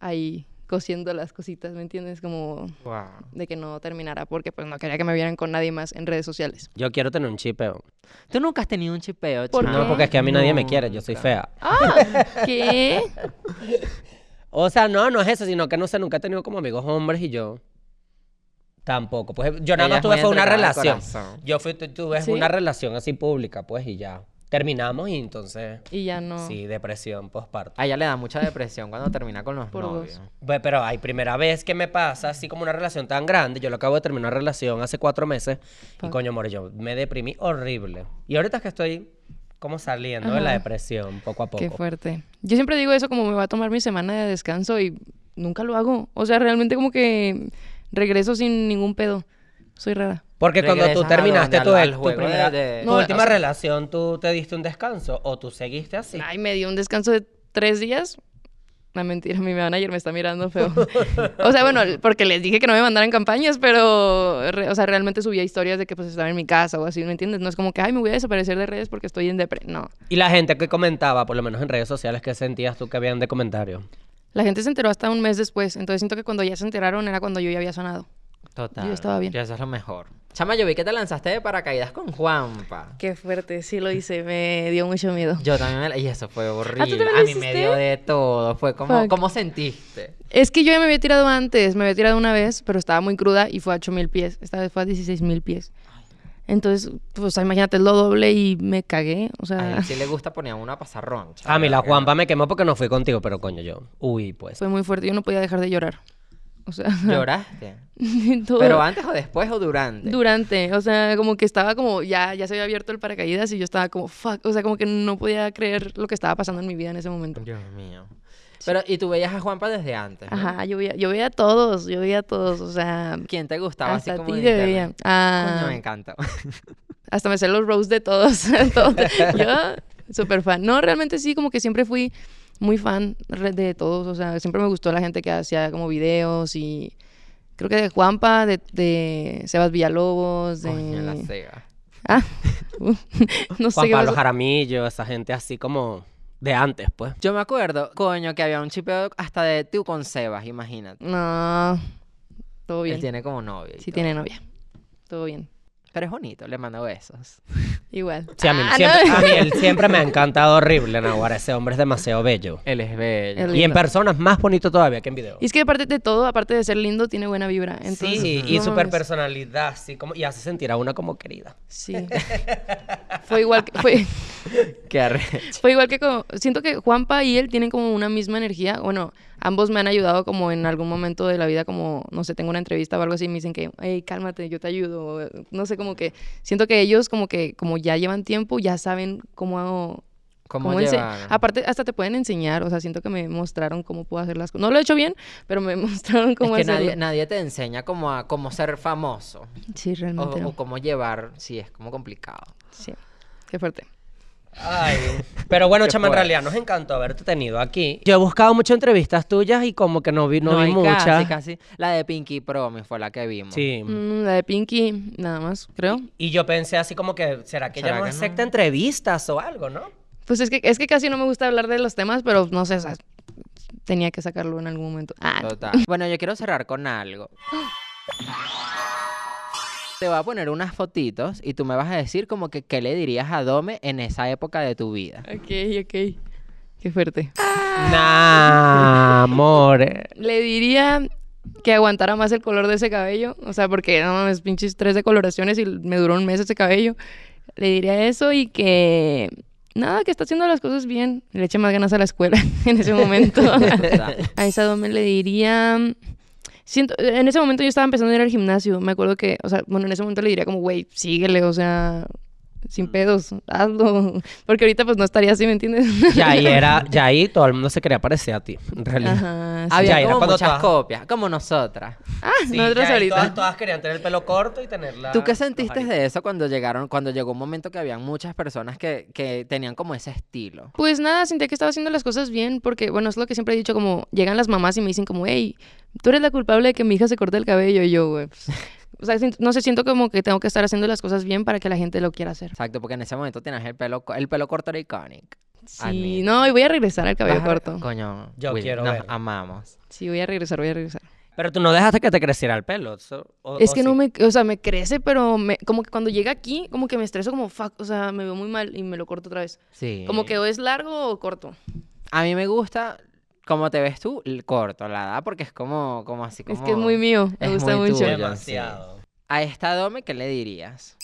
[SPEAKER 3] ahí cosiendo las cositas, ¿me entiendes? Como de que no terminara porque pues no quería que me vieran con nadie más en redes sociales.
[SPEAKER 2] Yo quiero tener un chipeo.
[SPEAKER 1] Tú nunca has tenido un chipeo,
[SPEAKER 3] ¿Por
[SPEAKER 1] chama?
[SPEAKER 3] qué?
[SPEAKER 2] No, porque es que a mí nadie me quiere, yo soy
[SPEAKER 1] Nunca.
[SPEAKER 2] fea.
[SPEAKER 3] Ah, ¿Qué?
[SPEAKER 2] O sea, no, no es eso, sino que no sé, nunca he tenido como amigos hombres y yo tampoco. Pues yo nada
[SPEAKER 1] Ella
[SPEAKER 2] más
[SPEAKER 1] es
[SPEAKER 2] tuve
[SPEAKER 1] muy
[SPEAKER 2] fue una
[SPEAKER 1] entregada al
[SPEAKER 2] relación.
[SPEAKER 1] corazón.
[SPEAKER 2] Yo fui, tu- tuve
[SPEAKER 3] ¿Sí?
[SPEAKER 2] una relación así pública, pues, y ya. Terminamos y entonces,
[SPEAKER 3] Y ya no.
[SPEAKER 2] sí, depresión postparto.
[SPEAKER 1] A ella le da mucha depresión cuando termina con los
[SPEAKER 3] Por
[SPEAKER 1] novios.
[SPEAKER 3] dos.
[SPEAKER 2] Pe- Pero hay primera vez que me pasa así como una relación tan grande. Yo lo acabo de terminar una relación hace cuatro meses. Y
[SPEAKER 3] Fuck.
[SPEAKER 2] coño, amor, yo me deprimí horrible. Y ahorita es que estoy como saliendo de la
[SPEAKER 3] Ajá.
[SPEAKER 2] depresión poco a poco.
[SPEAKER 3] Qué fuerte. Yo siempre digo eso como me va a tomar mi semana de descanso y nunca lo hago. O sea, realmente como que regreso sin ningún pedo. Soy rara.
[SPEAKER 2] Porque cuando tú
[SPEAKER 1] Regresas a
[SPEAKER 2] terminaste
[SPEAKER 1] donde-
[SPEAKER 2] tu,
[SPEAKER 1] al- al
[SPEAKER 2] tu
[SPEAKER 1] juego
[SPEAKER 2] primera-
[SPEAKER 1] de- de-
[SPEAKER 2] tu
[SPEAKER 3] No,
[SPEAKER 2] última
[SPEAKER 3] o sea-
[SPEAKER 2] relación, ¿tú te diste un descanso o tú seguiste así?
[SPEAKER 3] Ay, me dio un descanso de tres días. La mentira, mi manager me está mirando feo. o sea, bueno, porque les dije que no me mandaran campañas, pero, re- o sea, realmente subía historias de que pues estaba en mi casa o así, ¿me entiendes? No es como que, ay, me voy a desaparecer de redes porque estoy en depre. No.
[SPEAKER 2] Y la gente que comentaba, por lo menos en redes sociales, ¿qué sentías tú que habían de comentarios?
[SPEAKER 3] La gente se enteró hasta un mes después, entonces siento que cuando ya se enteraron era cuando yo ya había sanado.
[SPEAKER 1] Total.
[SPEAKER 3] Yo estaba bien.
[SPEAKER 1] Y eso es lo mejor. Chama, yo vi que te lanzaste de paracaídas con Juanpa.
[SPEAKER 3] Qué fuerte, sí lo hice, me dio mucho miedo.
[SPEAKER 1] Yo también me la... Y eso fue horrible.
[SPEAKER 3] Ah, también
[SPEAKER 1] A
[SPEAKER 3] lo
[SPEAKER 1] mí me
[SPEAKER 3] hiciste?
[SPEAKER 1] dio de todo. Fue como...
[SPEAKER 3] Fuck.
[SPEAKER 1] ¿Cómo sentiste?
[SPEAKER 3] Es que yo ya me había tirado antes, me había tirado una vez, pero estaba muy cruda y fue a 8 mil pies. Esta vez fue a 16 mil pies. Entonces, pues o sea, imagínate, es lo doble y me cagué. O
[SPEAKER 1] A
[SPEAKER 3] sea,
[SPEAKER 1] él sí le gusta poner una pasarrón.
[SPEAKER 2] A mí la
[SPEAKER 1] Juanpa
[SPEAKER 2] Juanpa me quemó porque no fui contigo, pero coño, yo. Uy, pues.
[SPEAKER 3] *laughs* fue muy fuerte, yo no podía dejar de llorar. O sea, *laughs*
[SPEAKER 1] Lloraste.
[SPEAKER 3] todo-
[SPEAKER 1] Pero antes o después o durante.
[SPEAKER 3] durante, o sea, como que estaba como, ya, ya se había abierto el paracaídas y yo estaba como, fuck, o sea, como que no podía creer lo que estaba pasando en mi vida en ese momento.
[SPEAKER 1] Dios mío. Pero, y tú veías a Juanpa desde antes. ¿no?
[SPEAKER 3] Ajá, yo veía, yo veía a todos, yo veía a todos, o sea,
[SPEAKER 1] ¿Quién te gustaba
[SPEAKER 3] hasta
[SPEAKER 1] así
[SPEAKER 3] a
[SPEAKER 1] como
[SPEAKER 3] ti
[SPEAKER 1] de
[SPEAKER 3] te veía.
[SPEAKER 1] internet?
[SPEAKER 3] Ah,
[SPEAKER 1] Coño, me encanta. *laughs*
[SPEAKER 3] Hasta me sé los roasts de todos. *laughs* Todo- yo, súper fan. No, realmente sí, como que siempre fui muy fan re- de todos. O sea, siempre me gustó la gente que hacía como videos y... Creo que de Juanpa, de, de Sebas Villalobos, de...
[SPEAKER 1] Coño, la Sega.
[SPEAKER 3] Ah, *laughs* uh, no sé
[SPEAKER 2] Juan
[SPEAKER 3] qué
[SPEAKER 2] Pablo
[SPEAKER 3] pasó.
[SPEAKER 2] Jaramillo, esa gente así como de antes, pues.
[SPEAKER 1] Yo me acuerdo, coño, que había un chipeo hasta de tú con Sebas, imagínate.
[SPEAKER 3] No, todo
[SPEAKER 1] Él
[SPEAKER 3] bien.
[SPEAKER 1] tiene como novia. y
[SPEAKER 3] Sí
[SPEAKER 1] todo.
[SPEAKER 3] tiene novia. Todo bien.
[SPEAKER 1] Pero es bonito, le mando besos.
[SPEAKER 3] Igual.
[SPEAKER 2] Sí, a mí,
[SPEAKER 3] Ah,
[SPEAKER 2] siempre,
[SPEAKER 3] no.
[SPEAKER 2] a mí él siempre me ha encantado horrible, Nahuara. Ese hombre es demasiado bello.
[SPEAKER 1] Él es bello.
[SPEAKER 3] Él- *laughs*
[SPEAKER 2] Y en
[SPEAKER 3] lindo.
[SPEAKER 2] persona es más bonito todavía que en video.
[SPEAKER 3] Y *laughs* es que aparte de todo, aparte de ser lindo, tiene buena vibra. Entonces,
[SPEAKER 2] sí, y
[SPEAKER 3] no
[SPEAKER 2] super
[SPEAKER 3] mames.
[SPEAKER 2] personalidad, sí, como, y hace sentir a una como querida.
[SPEAKER 3] Sí. Fue igual que... Fue...
[SPEAKER 1] Qué arrecho.
[SPEAKER 3] Fue igual que como, siento que Juanpa y él tienen como una misma energía. Bueno, ambos me han ayudado como en algún momento de la vida, como, no sé, tengo una entrevista o algo así y me dicen que, hey, cálmate, yo te ayudo. o, eh, No sé, como que siento que ellos como que, como ya llevan tiempo, ya saben cómo hago.
[SPEAKER 1] ¿Cómo,
[SPEAKER 3] cómo ense-
[SPEAKER 1] llevan?
[SPEAKER 3] Aparte, hasta te pueden enseñar. O sea, siento que me mostraron cómo puedo hacer las cosas. No lo he hecho bien, pero me *laughs* mostraron cómo
[SPEAKER 1] es que
[SPEAKER 3] hacerlo.
[SPEAKER 1] nadie, nadie te enseña cómo, a, cómo ser famoso
[SPEAKER 3] Sí,
[SPEAKER 1] o,
[SPEAKER 3] realmente. no.
[SPEAKER 1] o cómo llevar, sí, es como complicado.
[SPEAKER 3] Sí. Qué fuerte.
[SPEAKER 2] Ay. Pero bueno,
[SPEAKER 1] *laughs* Qué
[SPEAKER 2] chama, en
[SPEAKER 1] fuerte.
[SPEAKER 2] realidad nos encantó haberte tenido aquí. Yo he buscado muchas entrevistas tuyas y como que no vi, no vi
[SPEAKER 1] hay
[SPEAKER 2] muchas.
[SPEAKER 1] Casi, casi. La de Pinky Promise fue la que vimos.
[SPEAKER 2] Sí.
[SPEAKER 3] Mm, la de Pinky, nada más, creo.
[SPEAKER 2] Y yo pensé así como que, ¿será que
[SPEAKER 1] ¿Será
[SPEAKER 2] ella no
[SPEAKER 1] que no?
[SPEAKER 2] acepta entrevistas o algo, no?
[SPEAKER 3] Pues es que, es que casi no me gusta hablar de los temas, pero no sé, o sea, tenía que sacarlo en algún momento. Ah, no.
[SPEAKER 1] Total. Bueno, yo quiero cerrar con algo. *gasps* Te voy a poner unas fotitos y tú me vas a decir como que qué le dirías a Dome en esa época de tu vida.
[SPEAKER 3] *laughs* ok, ok. Qué fuerte. Ah.
[SPEAKER 2] Nah, eh. amores.
[SPEAKER 3] Le diría que aguantara más el color de ese cabello, o sea, porque no mames, pinches tres decoloraciones y me duró un mes ese cabello. Le diría eso y que nada, que está haciendo las cosas bien. Le eche más ganas a la escuela *laughs* en
[SPEAKER 1] *laughs*
[SPEAKER 3] ese momento.
[SPEAKER 1] Total.
[SPEAKER 3] A esa dome le diría. Siento, en ese momento yo estaba empezando a ir al gimnasio. Me acuerdo que, o sea, bueno, en ese momento le diría como, güey, síguele, o sea, sin pedos, hazlo. *laughs* Porque ahorita pues no estaría así, ¿me entiendes?
[SPEAKER 2] Y
[SPEAKER 3] *laughs*
[SPEAKER 2] ahí era, y ahí todo el mundo se quería parecer a ti, en realidad.
[SPEAKER 3] Ajá. sí.
[SPEAKER 2] Ya,
[SPEAKER 1] Había
[SPEAKER 2] era
[SPEAKER 1] como
[SPEAKER 2] cuando
[SPEAKER 1] muchas
[SPEAKER 2] todas-
[SPEAKER 1] copias, como nosotras.
[SPEAKER 3] Ah,
[SPEAKER 2] Sí,
[SPEAKER 3] nosotros
[SPEAKER 2] ya, y
[SPEAKER 3] ahorita.
[SPEAKER 2] Todas, todas querían tener el pelo corto y tenerla.
[SPEAKER 1] ¿Tú qué sentiste de eso cuando llegaron, cuando llegó un momento que habían muchas personas que, que tenían como ese estilo?
[SPEAKER 3] Pues nada, sentía que estaba haciendo las cosas bien, porque bueno, es lo que siempre he dicho, como llegan las mamás y me dicen como, hey, tú eres la culpable de que mi hija se corte el cabello y yo, güey. pues, o sea, siento- no sé, siento como que tengo que estar haciendo las cosas bien para que la gente lo quiera hacer.
[SPEAKER 1] Exacto, porque en ese momento tenías el pelo, co- el pelo corto era icónico.
[SPEAKER 3] Sí,
[SPEAKER 1] Admito.
[SPEAKER 3] no, y voy a regresar al cabello
[SPEAKER 1] Vas a ver-
[SPEAKER 3] corto.
[SPEAKER 1] Coño,
[SPEAKER 2] Yo
[SPEAKER 1] Will,
[SPEAKER 2] quiero
[SPEAKER 1] nos
[SPEAKER 2] ver.
[SPEAKER 1] amamos.
[SPEAKER 3] Sí, voy a regresar, voy a regresar.
[SPEAKER 2] Pero tú no dejaste que te creciera el pelo. so- o-
[SPEAKER 3] es
[SPEAKER 2] o
[SPEAKER 3] que no
[SPEAKER 2] sí.
[SPEAKER 3] me, o sea, me crece, pero me, como que cuando llega aquí, como que me estreso como fuck, o sea, me veo muy mal y me lo corto otra vez.
[SPEAKER 1] Sí.
[SPEAKER 3] Como que o es largo o corto.
[SPEAKER 1] A mí me gusta cómo te ves tú, el corto, la edad, porque es como, como así como...
[SPEAKER 3] Es que es muy mío, me
[SPEAKER 1] es
[SPEAKER 3] gusta
[SPEAKER 1] muy
[SPEAKER 3] mucho.
[SPEAKER 1] tuyo.
[SPEAKER 2] Demasiado.
[SPEAKER 1] A esta Dome, ¿qué le dirías?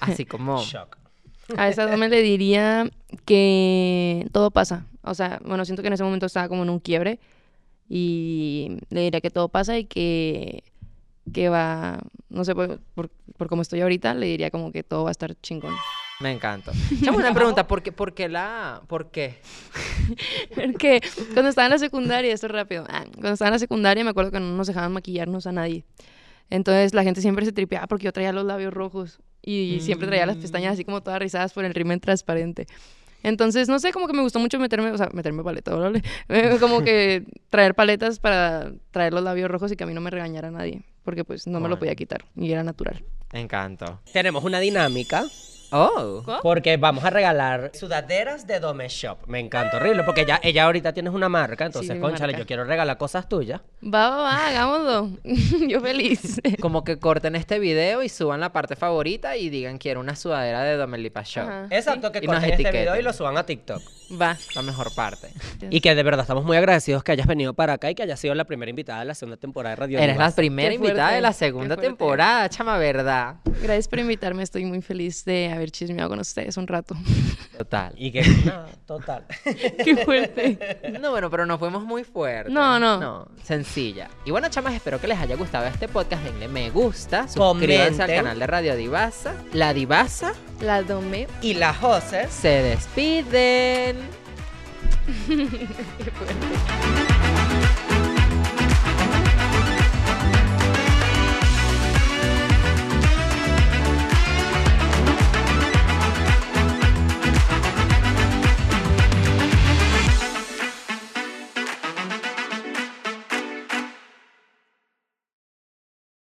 [SPEAKER 1] Así
[SPEAKER 2] *laughs*
[SPEAKER 1] como...
[SPEAKER 2] Shock.
[SPEAKER 3] A esa dama le diría que todo pasa. O sea, bueno, siento que en ese momento estaba como en un quiebre y le diría que todo pasa y que que va, no sé, por, por, por cómo estoy ahorita, le diría como que todo va a estar chingón.
[SPEAKER 1] me encantó. Chamo, una pregunta, ¿por qué, por qué la...? ¿Por qué?
[SPEAKER 3] Porque cuando estaba en la secundaria, esto es rápido, ah, cuando estaba en la secundaria me acuerdo que no nos dejaban maquillarnos a nadie. Entonces la gente siempre se tripeaba porque yo traía los labios rojos y siempre traía las pestañas así como todas rizadas por el rímel transparente. Entonces, no sé, como que me gustó mucho meterme, o sea, meterme paleta, órale. Eh, *laughs* Como que traer paletas para traer los labios rojos y que a mí no me regañara nadie, porque pues no me lo
[SPEAKER 1] Coño.
[SPEAKER 3] podía quitar y era natural.
[SPEAKER 1] Me encantó.
[SPEAKER 2] Tenemos una dinámica
[SPEAKER 1] Oh.
[SPEAKER 2] porque vamos a regalar sudaderas de Dome Shop. Me encanta, horrible, porque ya ella ahorita tienes una marca, entonces,
[SPEAKER 3] mi
[SPEAKER 2] conchale,
[SPEAKER 3] marca.
[SPEAKER 2] yo quiero regalar cosas tuyas.
[SPEAKER 3] Va, va, va, hagámoslo. *laughs* yo feliz.
[SPEAKER 1] Como que corten este video y suban la parte favorita y digan quiero una sudadera de Domelipa Show.
[SPEAKER 3] Ajá.
[SPEAKER 2] Exacto, que
[SPEAKER 1] Y nos
[SPEAKER 2] corten este
[SPEAKER 1] etiqueten.
[SPEAKER 2] video y lo suban a TikTok.
[SPEAKER 3] Va.
[SPEAKER 1] La mejor parte.
[SPEAKER 2] Y que de verdad estamos muy agradecidos que hayas venido para acá y que hayas sido la primera invitada de la segunda temporada de Radio
[SPEAKER 1] Eres la
[SPEAKER 2] Divas.
[SPEAKER 1] primera
[SPEAKER 3] Qué
[SPEAKER 1] invitada de
[SPEAKER 3] fuerte,
[SPEAKER 1] la
[SPEAKER 3] qué
[SPEAKER 1] segunda
[SPEAKER 3] fuerte.
[SPEAKER 1] temporada, chama, ¿verdad?
[SPEAKER 3] Gracias por invitarme, estoy muy feliz de haber chismeado con ustedes un rato. *laughs*
[SPEAKER 1] Total.
[SPEAKER 2] Y que, nada, total.
[SPEAKER 3] Qué fuerte.
[SPEAKER 1] *laughs* No, bueno, pero nos fuimos muy fuertes.
[SPEAKER 3] No, no.
[SPEAKER 1] No, sencilla. Y bueno, chamas, espero que les haya gustado este podcast. Denle me gusta, suscríbanse
[SPEAKER 2] Comenten.
[SPEAKER 1] al canal de Radio Divasa. La Divasa
[SPEAKER 3] La domé.
[SPEAKER 2] y las voces
[SPEAKER 1] se despiden.
[SPEAKER 3] Qué fuerte.